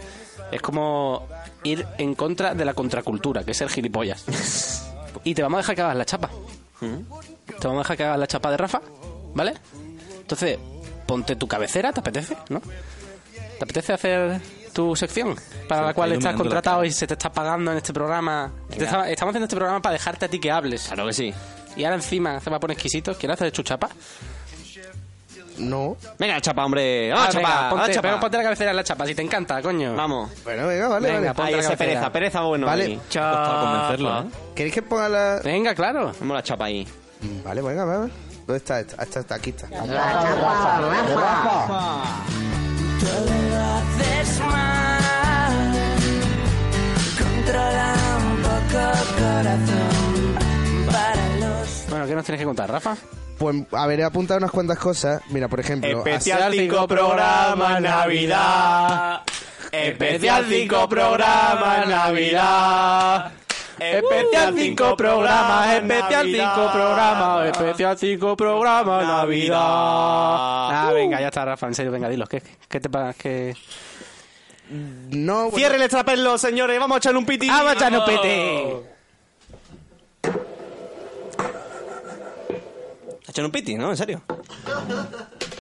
Speaker 10: Es como ir en contra de la contracultura, que es ser gilipollas. y te vamos a dejar que hagas la chapa.
Speaker 2: ¿Mm?
Speaker 10: Te vamos a dejar que hagas la chapa de Rafa, ¿vale? Entonces, ponte tu cabecera, ¿te apetece? ¿No? ¿Te apetece hacer tu sección para la cual estás
Speaker 4: iluminando la
Speaker 10: contratado
Speaker 4: cara.
Speaker 10: y se te está pagando en este programa? Te está- estamos haciendo este programa para dejarte a ti que hables.
Speaker 2: Claro que sí.
Speaker 10: Y ahora encima se va a poner exquisito. ¿Quieres hacer chuchapa?
Speaker 5: No.
Speaker 2: Venga, chapa, hombre. Vamos, chapa.
Speaker 10: Ah, venga,
Speaker 2: vamos,
Speaker 10: ponte,
Speaker 2: chapa.
Speaker 10: pero ponte la cabecera en la chapa si te encanta, coño.
Speaker 2: Vamos. Ah,
Speaker 5: Bueno, venga, vale,
Speaker 10: Venga,
Speaker 5: vale.
Speaker 10: ponte
Speaker 2: Ahí
Speaker 10: la
Speaker 2: ese
Speaker 10: cabecera.
Speaker 2: pereza, pereza bueno.
Speaker 5: Vale.
Speaker 2: ahí.
Speaker 4: Costaba convencerlo, ¿eh?
Speaker 5: ¿Queréis que ponga la...?
Speaker 10: Venga, claro.
Speaker 2: Vamos a la chapa ahí.
Speaker 5: Vale, venga, vale. ¿Dónde está esta? Esta está, aquí está.
Speaker 10: Bueno, ¿qué nos tienes que contar, Rafa?
Speaker 5: Pues, a ver, he apuntado unas cuantas cosas. Mira, por ejemplo...
Speaker 2: Especial 5 programa Navidad. Especial 5 programa Navidad.
Speaker 10: Especial 5 programas, especial 5 programas, especial 5 programas, Navidad.
Speaker 2: Uh.
Speaker 10: Ah, venga, ya está, Rafa, en serio, venga, dilo. ¿Qué, qué te pasa? ¿Qué...
Speaker 5: No, bueno,
Speaker 2: Cierren el trapelo, señores. Vamos a echar un piti.
Speaker 10: ¡Ah, macha, no pete!
Speaker 2: ¿A echar un piti? ¿No? ¿En serio?